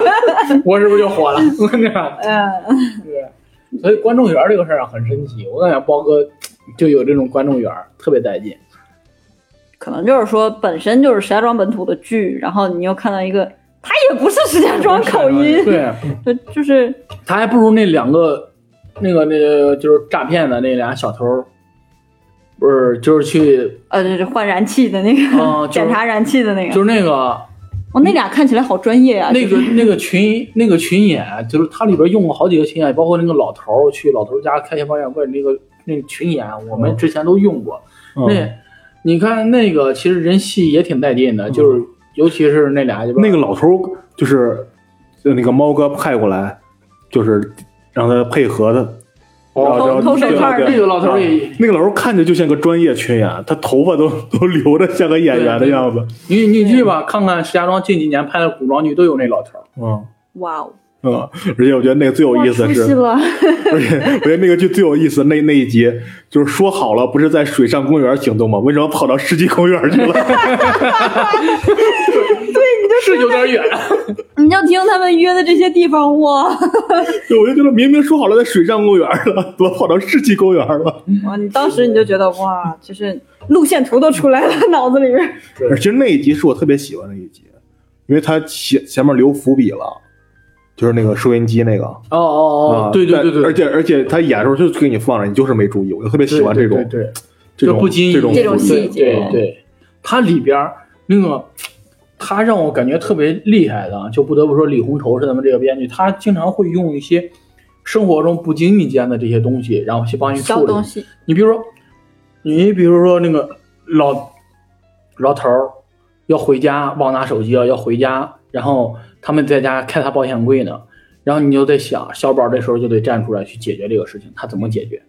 Speaker 2: 我是不是就火了？ 对吧
Speaker 3: 嗯，
Speaker 2: 对，所以观众缘儿这个事儿啊很神奇。我感觉包哥就有这种观众缘儿，特别带劲。
Speaker 3: 可能就是说本身就是石家庄本土的剧，然后你又看到一个。他也不是石家庄口音，
Speaker 2: 对啊
Speaker 3: 对， 就是
Speaker 2: 他还不如那两个那个那个就是诈骗的那俩小偷儿，不是就是去
Speaker 3: 呃，就是换燃气的那个，
Speaker 2: 嗯、就是
Speaker 3: 检查燃气的那个。
Speaker 2: 就是那个
Speaker 3: 哦，那俩看起来好专业啊！
Speaker 2: 那
Speaker 3: 就是
Speaker 2: 个那个群那个群演，就是它里边用过好几个群演，啊包括那个老头儿去老头儿家开些方宴会那个那个群演，我们
Speaker 1: 嗯
Speaker 2: 之前都用过。那你看那个其实人戏也挺带劲的，就是尤其是那俩里边
Speaker 1: 嗯那个老头儿就是就那个猫哥派过来，就是让他配合的。然后
Speaker 2: 哦
Speaker 1: 然后
Speaker 3: 偷手
Speaker 1: 对
Speaker 3: 套儿
Speaker 1: 对
Speaker 2: 那个老头儿也
Speaker 1: 啊那个老头儿看着就像个专业群演，他头发都 都留着像个演员的样子。
Speaker 2: 你你去吧，看看石家庄近几年拍的古装剧都有那老头儿。
Speaker 1: 嗯
Speaker 3: 哇哦，
Speaker 1: 嗯，而且我觉得那个最有
Speaker 3: 哇
Speaker 1: 意思
Speaker 3: 出
Speaker 1: 的是
Speaker 3: 戏，了，
Speaker 1: 而且我觉得那个剧最有意思那那一集，就是说好了不是在水上公园行动吗？为什么跑到世纪公园去了？
Speaker 2: 是 有点远，
Speaker 3: 你就听他们约的这些地方，哇
Speaker 1: 对，我就觉得明明说好了在水上公园了，怎么跑到世纪公园了？
Speaker 3: 哇！哦你当时你就觉得哇，就是路线图都出来了， 脑子里边。
Speaker 1: 而其实那一集是我特别喜欢的一集，因为他前前面留伏笔了，就是那个收音机那个
Speaker 2: 哦哦
Speaker 1: 啊
Speaker 2: 哦，，对对
Speaker 1: 但
Speaker 2: 对对，
Speaker 1: 而且而且他演的时候就给你放着，你就是没注意，我就特别喜欢这种
Speaker 2: 对对对
Speaker 1: 这种
Speaker 2: 就不经意
Speaker 1: 这种啊
Speaker 3: 这种
Speaker 1: 伏笔
Speaker 3: 细节哦
Speaker 2: 对对，它里边儿那个，它让我感觉特别厉害的啊，就不得不说李红绸是咱们这个编剧，他经常会用一些生活中不经意间的这些东西，然后去帮你
Speaker 3: 小
Speaker 2: 处理
Speaker 3: 东。西，
Speaker 2: 你比如说，你比如说那个老老头儿要回家，忘拿手机啊了，要回家，然后他们在家开他保险柜呢，然后你就在想，小宝这时候就得站出来去解决这个事情，他怎么解决？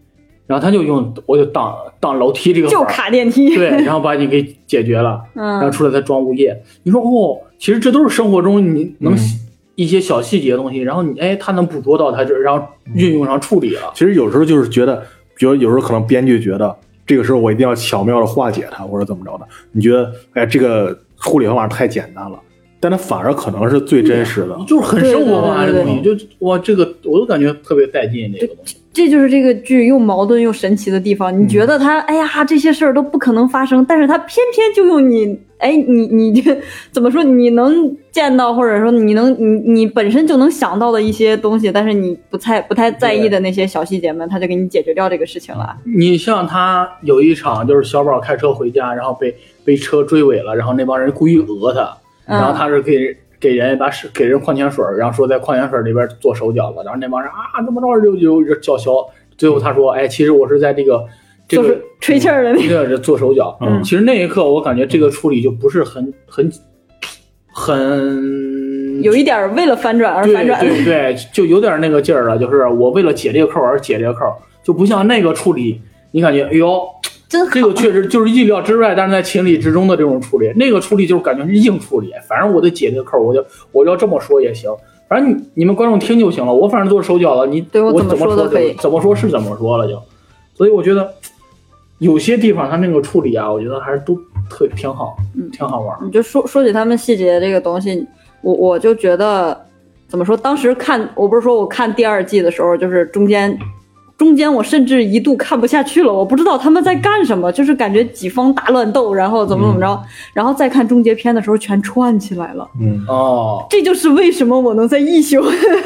Speaker 2: 然后他就用我就当当楼梯这个
Speaker 3: 就
Speaker 2: 法儿
Speaker 3: 卡电梯。
Speaker 2: 对，然后把你给解决了，然后
Speaker 3: 嗯，
Speaker 2: 出来再装物业。你说哦，其实这都是生活中你能
Speaker 1: 嗯
Speaker 2: 一些小细节的东西，然后你哎，他能捕捉到，他就然后运用上处理了。
Speaker 1: 其实有时候就是觉得，比如有时候可能编剧觉得这个时候我一定要巧妙的化解它，或者怎么着的。你觉得，哎，这个处理方法太简单了，但它反而可能是最真实的。
Speaker 2: 就是很生活化
Speaker 3: 对
Speaker 2: 这
Speaker 3: 对对对
Speaker 2: 东西，就哇，这个我都感觉特别带劲，这个东西。
Speaker 3: 这就是这个剧又矛盾又神奇的地方。你觉得他，哎呀，这些事儿都不可能发生，但是他偏偏就用你，哎，你你这怎么说？你能见到，或者说你能你你本身就能想到的一些东西，但是你不太不太在意的那些小细节们，他就给你解决掉这个事情了。
Speaker 2: 你像他有一场就是小宝开车回家，然后被被车追尾了，然后那帮人故意讹他，然后
Speaker 3: 嗯，
Speaker 2: 他是给给人把水给人矿泉水，然后说在矿泉水里边做手脚了，然后那帮人啊怎么着就就就叫嚣，最后他说，哎，其实我是在这个这
Speaker 3: 就
Speaker 2: 个
Speaker 3: 是吹气儿的那
Speaker 2: 这个做手脚。
Speaker 1: 嗯
Speaker 2: 其实那一刻我感觉这个处理就不是很很很
Speaker 3: 有一点儿为了反转而
Speaker 2: 对
Speaker 3: 反转。
Speaker 2: 对对，就有点那个劲儿了，就是我为了解这个扣而解这个扣，就不像那个处理，你感觉哎呦，
Speaker 3: 真好
Speaker 2: 这个确实就是意料之外，但是在情理之中的这种处理，那个处理就是感觉是硬处理，反正我得解这个扣，我就我要这么说也行。反正你你们观众听就行了，我反正做手脚了，你
Speaker 3: 对我
Speaker 2: 我
Speaker 3: 怎么
Speaker 2: 么
Speaker 3: 说
Speaker 2: 说
Speaker 3: 都
Speaker 2: 就
Speaker 3: 可以
Speaker 2: 怎么说是怎么说了就。所以我觉得有些地方他那个处理啊，我觉得还是都特挺好，
Speaker 3: 嗯
Speaker 2: 挺好玩儿。
Speaker 3: 你就说说起他们细节这个东西，我我就觉得怎么说？当时看，我不是说我看第二季的时候，就是中间中间我甚至一度看不下去了，我不知道他们在干什么，就是感觉几方大乱斗，然后怎么怎么着，然后再看终结篇的时候全串起来了。
Speaker 1: 嗯，
Speaker 2: 哦，
Speaker 3: 这就是为什么我能在一宿，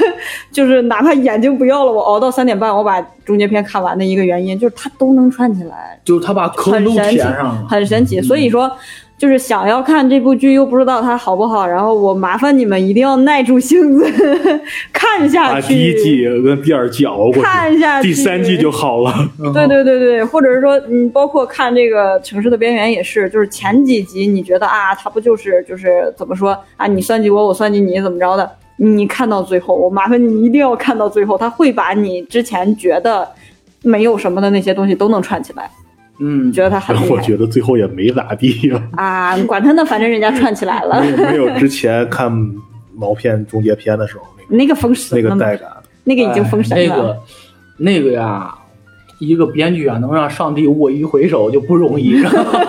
Speaker 3: 就是哪怕眼睛不要了，我熬到三点半，我把终结篇看完的一个原因，就是它都能串起来。
Speaker 2: 就是他把
Speaker 3: 很
Speaker 2: 坑都
Speaker 3: 神
Speaker 2: 填
Speaker 3: 奇
Speaker 2: 上了。
Speaker 3: 很神奇。
Speaker 1: 嗯
Speaker 3: 所以说，就是想要看这部剧又不知道它好不好，然后我麻烦你们一定要耐住性子 看下
Speaker 1: 把
Speaker 3: 去。
Speaker 1: 第一季跟第二季熬过去，
Speaker 3: 看下去，
Speaker 1: 第三季就嗯好了。
Speaker 3: 对对对对，或者是说，嗯，包括看这个《城市的边缘》也是，就是前几集你觉得啊，它不就是就是怎么说啊，你算计我，我算计你，怎么着的？你看到最后，我麻烦你一定要看到最后，它会把你之前觉得没有什么的那些东西都能串起来，
Speaker 2: 嗯，
Speaker 3: 觉得它很
Speaker 1: 然后
Speaker 3: 厉
Speaker 1: 我
Speaker 3: 害
Speaker 1: 觉得最后也没咋地了，
Speaker 3: 啊！管他呢，反正人家串起来了。
Speaker 1: 没有没有之前看毛片终结篇的时候那个
Speaker 3: 那个封神
Speaker 1: 那
Speaker 3: 了
Speaker 1: 个
Speaker 3: 吗，
Speaker 1: 带感。
Speaker 3: 那个已经封神了。
Speaker 2: 哎那个那个呀，一个编剧啊，能让上帝握一回手就不容易。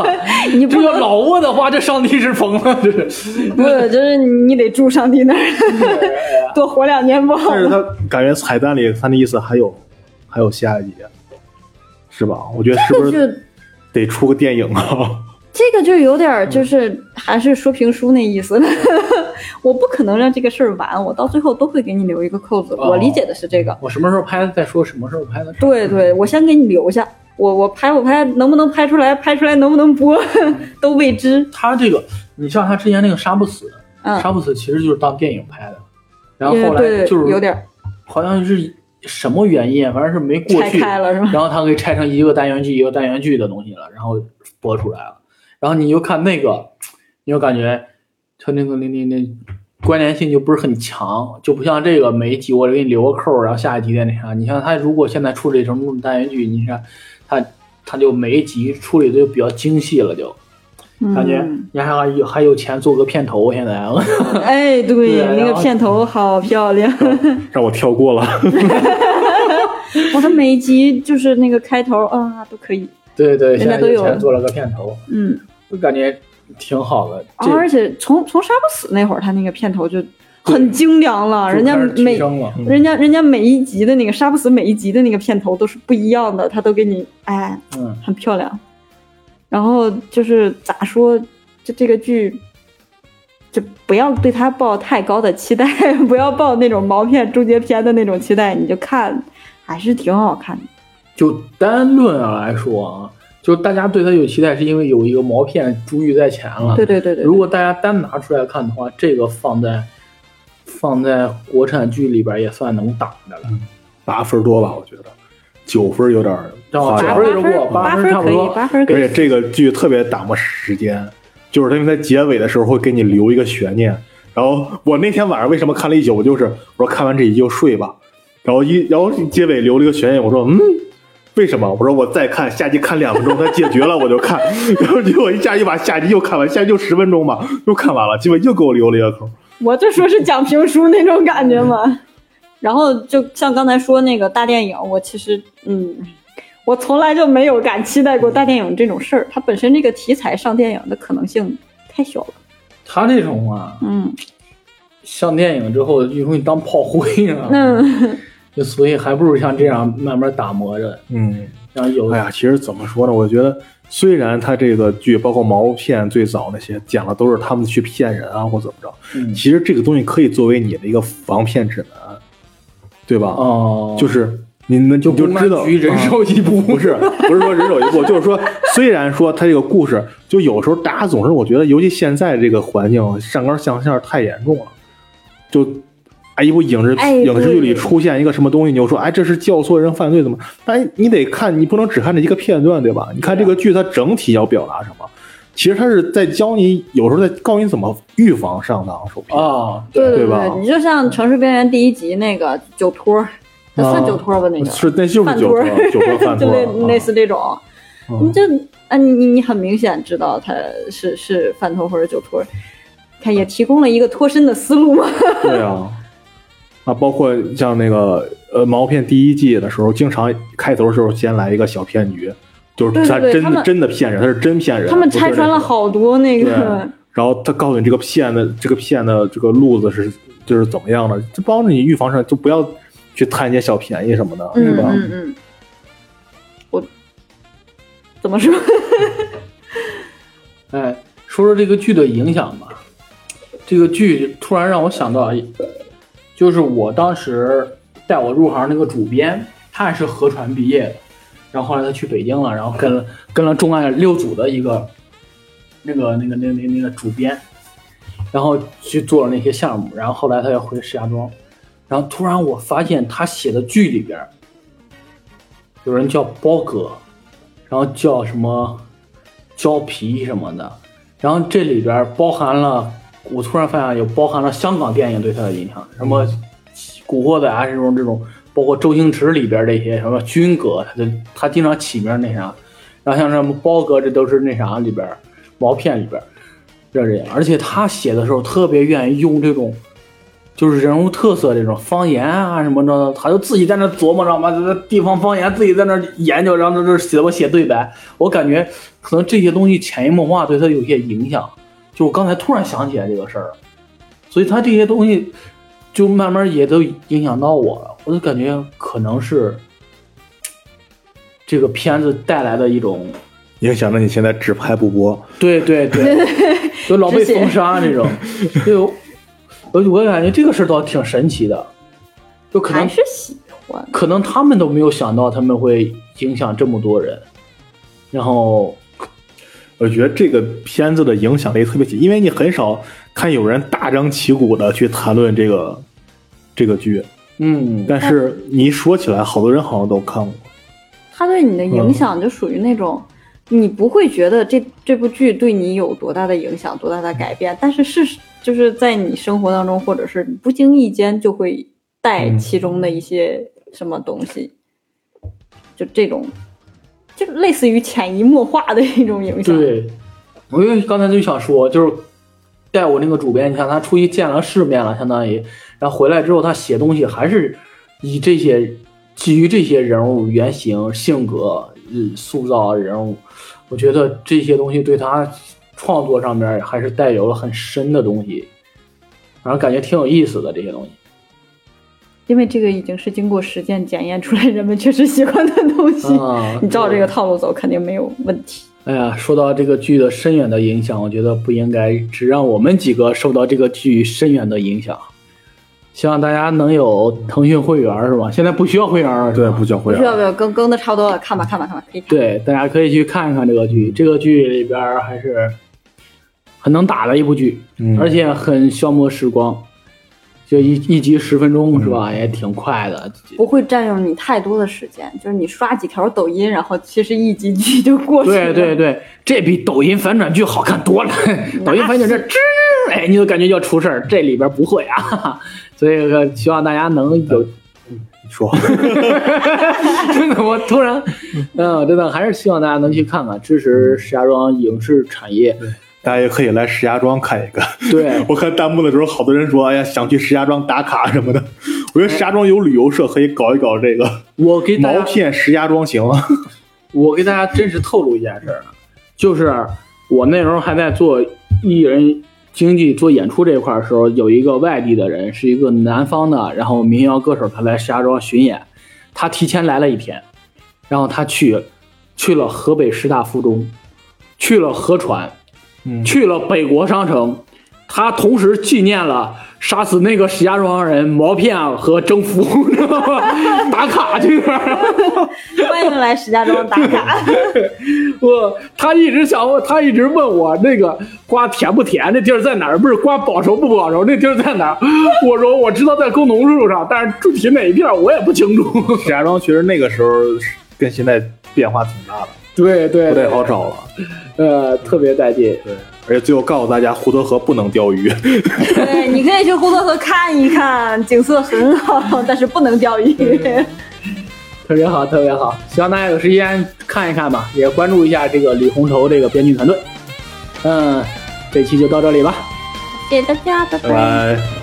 Speaker 3: 你不
Speaker 2: 这哎个
Speaker 3: 能
Speaker 2: 老握的话，这上帝是疯了，这是。
Speaker 3: 不就是你得住上帝那儿， 多活两年不好
Speaker 1: 但是
Speaker 3: 吗？
Speaker 1: 他感觉彩蛋里他那意思还有还有下一集，是吧？我觉得是不
Speaker 3: 这
Speaker 1: 是
Speaker 3: 就
Speaker 1: 得出个电影啊？
Speaker 3: 这个就有点儿就是还是说评书那意思 了。我不可能让这个事儿完，我到最后都会给你留一个扣子。
Speaker 2: 哦
Speaker 3: 我理解的是这个，
Speaker 2: 我什么时候拍的再说，什么时候拍的。
Speaker 3: 对对，我先给你留下。我我拍不拍，能不能拍出来，拍出来能不能播， 都未知。
Speaker 2: 他这个，你像他之前那个《杀不死》，
Speaker 3: 嗯
Speaker 2: 杀不死》其实就是当电影拍的，然后
Speaker 3: 因为
Speaker 2: 后来
Speaker 3: 对
Speaker 2: 就是
Speaker 3: 有点儿
Speaker 2: 好像是什么原因，反正是没过
Speaker 3: 拆
Speaker 2: 去，
Speaker 3: 开 了是吧？
Speaker 2: 然后他给拆成一个单元剧一个单元剧的东西了，然后播出来了。然后你就看那个，你就感觉它那个那那那关联性就不是很强，就不像这个每一集我给你留个扣儿，然后下一集再那啥。你像他如果现在处理成这种单元剧，你看他他就每一集处理的就比较精细了就，感觉
Speaker 3: 嗯
Speaker 2: 你还有还有钱做个片头，现在嗯
Speaker 3: 哎，对，
Speaker 2: 对
Speaker 3: 那
Speaker 2: 然
Speaker 3: 个
Speaker 2: 后
Speaker 3: 片头好漂亮。
Speaker 1: 让我跳过了。
Speaker 3: 我的每一集就是那个开头啊都可以，
Speaker 2: 对对，
Speaker 3: 人
Speaker 2: 现
Speaker 3: 家
Speaker 2: 在
Speaker 3: 都有
Speaker 2: 有钱做了个片头，
Speaker 3: 嗯，
Speaker 2: 就感觉挺好的。
Speaker 3: 啊
Speaker 2: 这
Speaker 3: 而且从从杀不死那会儿，他那个片头就很精良了，啊人家
Speaker 2: 就开始提
Speaker 3: 每
Speaker 2: 升了，嗯
Speaker 3: 人家人家每一集的那个杀不死每一集的那个片头都是不一样的，他都给你哎
Speaker 2: 嗯，
Speaker 3: 很漂亮。然后就是咋说，就这个剧就不要对他抱太高的期待， 不要抱那种毛片终结篇的那种期待，你就看，还是挺好看的。
Speaker 2: 就单论来说啊，就大家对它有期待，是因为有一个毛片珠玉在前了。
Speaker 3: 对对对对，
Speaker 2: 啊如果大家单拿出来看的话，这个放在放在国产剧里边也算能挡的
Speaker 1: 嗯
Speaker 2: 了。
Speaker 1: 八分多吧，我觉得九分有点
Speaker 2: 让我
Speaker 1: 夸
Speaker 2: 打
Speaker 1: 张
Speaker 2: 分，也
Speaker 3: 八
Speaker 2: 是过
Speaker 3: 分
Speaker 2: 八
Speaker 3: 八
Speaker 2: 分差不
Speaker 3: 可以
Speaker 2: 多，
Speaker 3: 八分可
Speaker 1: 而
Speaker 3: 以。
Speaker 1: 且这个剧特别打磨时间，就是因为它结尾的时候会给你留一个悬念。然后我那天晚上为什么看了一宿，我就是我说看完这一集就睡吧，然后一然后结尾留了一个悬念，我说嗯。为什么？我说我再看下集，看两分钟，它解决了我就看， 然后结果一下一把下集又看完，下集就十分钟吧，又看完了，结果又给我留了一个空。
Speaker 3: 我就说是讲评书那种感觉嘛。然后就像刚才说那个大电影，我其实嗯，我从来就没有敢期待过大电影这种事儿，它本身这个题材上电影的可能性太小了。
Speaker 2: 他这种啊，
Speaker 3: 嗯，
Speaker 2: 上电影之后就容易当炮灰啊。
Speaker 3: 那
Speaker 2: 就所以还不如像这样慢慢打磨着，
Speaker 1: 嗯，
Speaker 2: 然后有、
Speaker 1: 哎呀，其实怎么说呢？我觉得虽然他这个剧，包括毛片最早那些讲的都是他们去骗人啊，或怎么着，
Speaker 2: 嗯
Speaker 1: 其实这个东西可以作为你的一个防骗指南，对吧？
Speaker 2: 哦，
Speaker 1: 就是你们就就
Speaker 2: 公安
Speaker 1: 知道
Speaker 2: 局人
Speaker 1: 啊
Speaker 2: 手一部，
Speaker 1: 不是不是说人手一 部，就是说虽然说他这个故事，就有时候大家总是我觉得，尤其现在这个环境上纲上线太严重了，就。哎，一部影视、
Speaker 3: 哎
Speaker 1: 影视剧里
Speaker 3: 对
Speaker 1: 出现一个什么东西，你就说，哎，这是教唆人犯罪，怎么？但你得看，你不能只看这一个片段，对吧？你看
Speaker 2: 啊
Speaker 1: 这个剧，它整体要表达什么？其实它是在教你，有时候在告诉你怎么预防上当受骗。
Speaker 2: 啊，
Speaker 3: 对
Speaker 1: 对吧
Speaker 3: 对，你就像《城市边缘》第一集那个酒托儿，那算酒托儿吧？那个
Speaker 1: 是，那就是
Speaker 3: 饭
Speaker 1: 酒
Speaker 3: 托
Speaker 1: 托
Speaker 3: 儿，
Speaker 1: 酒托 饭
Speaker 3: 就
Speaker 1: 托
Speaker 3: 类
Speaker 1: 啊
Speaker 3: 类似这种。你
Speaker 1: 嗯
Speaker 3: 这啊，你你你很明显知道他是是饭托或者酒托，他也提供了一个脱身的思路嘛。
Speaker 1: 对啊，啊，包括像那个呃毛片第一季的时候，经常开头的时候先来一个小骗局，就是
Speaker 3: 对
Speaker 1: 他
Speaker 3: 对对
Speaker 1: 真
Speaker 3: 他
Speaker 1: 的
Speaker 3: 们
Speaker 1: 真的骗人，他是真骗人，
Speaker 3: 他们
Speaker 1: 不是
Speaker 3: 拆穿
Speaker 1: 那
Speaker 3: 了
Speaker 1: 种
Speaker 3: 好多那
Speaker 1: 对
Speaker 3: 个，
Speaker 1: 然后他告诉你这个骗的这个骗的这个路子是就是怎么样的，就帮着你预防上，就不要去贪一些小便宜什么的，是
Speaker 3: 嗯
Speaker 1: 吧？
Speaker 3: 嗯嗯，我怎么说？
Speaker 2: 哎，说说这个剧的影响吧。这个剧突然让我想到，就是我当时带我入行那个主编，他也是河传毕业的，然后后来他去北京了，然后跟了跟了重案六组的一个那个那个那个那个那个主编，然后去做了那些项目，然后后来他又回石家庄，然后突然我发现他写的剧里边儿有人叫包哥，然后叫什么胶皮什么的，然后这里边包含了，我突然发现有包含了香港电影对他的影响，什么《古惑仔》啊这种这种，包括周星驰里边这些什么军哥，他就他经常起名那啥，然后像什么包哥，这都是那啥里边毛片里边这这样，而且他写的时候特别愿意用这种。就是人物特色这种方言啊什么的，他就自己在那琢磨，知道吗？这地方方言自己在那研究，然后在这写我写对白，我感觉可能这些东西潜移默化对他有些影响。就我刚才突然想起来这个事儿了，所以他这些东西就慢慢也都影响到我了。我就感觉可能是这个片子带来的一种，
Speaker 1: 影响着你现在只拍不播，
Speaker 2: 对对对，就老被封杀这 种。对，我我感觉这个事儿倒挺神奇的，就 可能
Speaker 3: 还是喜欢。
Speaker 2: 可能他们都没有想到他们会影响这么多人，然后
Speaker 1: 我觉得这个片子的影响力特别紧，因为你很少看有人大张旗鼓的去谈论这个这个剧，
Speaker 2: 嗯，
Speaker 1: 但是你一说起来，好多人好像都看过。
Speaker 3: 他对你的
Speaker 1: 嗯
Speaker 3: 影响就属于那种，你不会觉得这这部剧对你有多大的影响、多大的改变，但是是就是在你生活当中，或者是不经意间就会带
Speaker 1: 嗯
Speaker 3: 其中的一些什么东西，就这种，就类似于潜移默化的一种影响。
Speaker 2: 对，我因为刚才就想说，就是带我那个主编，你看他出去见了世面了，相当于，然后回来之后，他写东西还是以这些基于这些人物原型、性格、嗯，塑造人物，我觉得这些东西对他创作上面还是带有了很深的东西，反正感觉挺有意思的这些东西。
Speaker 3: 因为这个已经是经过实践检验出来，人们确实喜欢的东西。
Speaker 2: 啊，
Speaker 3: 你照这
Speaker 2: 对
Speaker 3: 个套路走，肯定没有问题。
Speaker 2: 哎呀，说到这个剧的深远的影响，我觉得不应该只让我们几个受到这个剧深远的影响。希望大家能有腾讯会员是吧？现在不需要会员了是吧
Speaker 1: 对，不叫啊会
Speaker 3: 不需要
Speaker 1: 员，
Speaker 3: 不要更更的差不多了，看吧看吧看吧，可以看。
Speaker 2: 对，大家可以去看一看这个剧，这个剧里边儿还是很能打的一部剧，
Speaker 1: 嗯
Speaker 2: 而且很消磨时光，就一一集十分钟是吧？也挺快的。
Speaker 3: 不会占用你太多的时间，就是你刷几条抖音，然后其实一集剧就过去了。
Speaker 2: 对对对，这比抖音反转剧好看多了。抖音反转这吱，哎，你就感觉要出事儿，这里边不会啊。 哈哈所以呃希望大家能有
Speaker 1: 说
Speaker 2: 真的，我突然，嗯，真的还是希望大家能去看看，支持石家庄影视产业。
Speaker 1: 大家也可以来石家庄看一看。
Speaker 2: 对，
Speaker 1: 我看弹幕的时候，好多人说：“哎呀，想去石家庄打卡什么的。”我觉得石家庄有旅游社可以搞一搞这个
Speaker 2: 我给大
Speaker 1: 毛
Speaker 2: 家，
Speaker 1: 片石家庄行。
Speaker 2: 我给大家真实透露一件事儿，啊就是我那时候还在做艺人经济、做演出这一块儿的时候，有一个外地的人，是一个南方的，然后民谣歌手，他来石家庄巡演，他提前来了一天，然后他去去了河北师大附中，去了河川，
Speaker 1: 嗯
Speaker 2: 去了北国商城，他同时纪念了杀死那个石家庄人毛片和征服， 知道吗？打卡去那儿。
Speaker 3: 欢迎来石家庄打卡。
Speaker 2: 我呃他一直想问，他一直问我那个瓜甜不甜，这地儿在哪儿？不是瓜保熟不保熟，那地儿在哪儿？ 我说我知道在工农路上，但是具体哪一片儿我也不清楚。
Speaker 1: 石家庄其实那个时候跟现在变化挺大的，
Speaker 2: 对对
Speaker 1: 不太
Speaker 2: 对，
Speaker 1: 好找了。
Speaker 2: 呃，特别带劲。
Speaker 1: 对，而且最后告诉大家，胡德河不能钓鱼。
Speaker 3: 对，你可以去胡同河看一看，景色很好，但是不能钓鱼。
Speaker 2: 特别好，特别好，希望大家有时间看一看吧，也关注一下这个李红绸这个编剧团队。嗯，这期就到这里吧。
Speaker 3: 谢谢大家，拜
Speaker 1: 拜拜。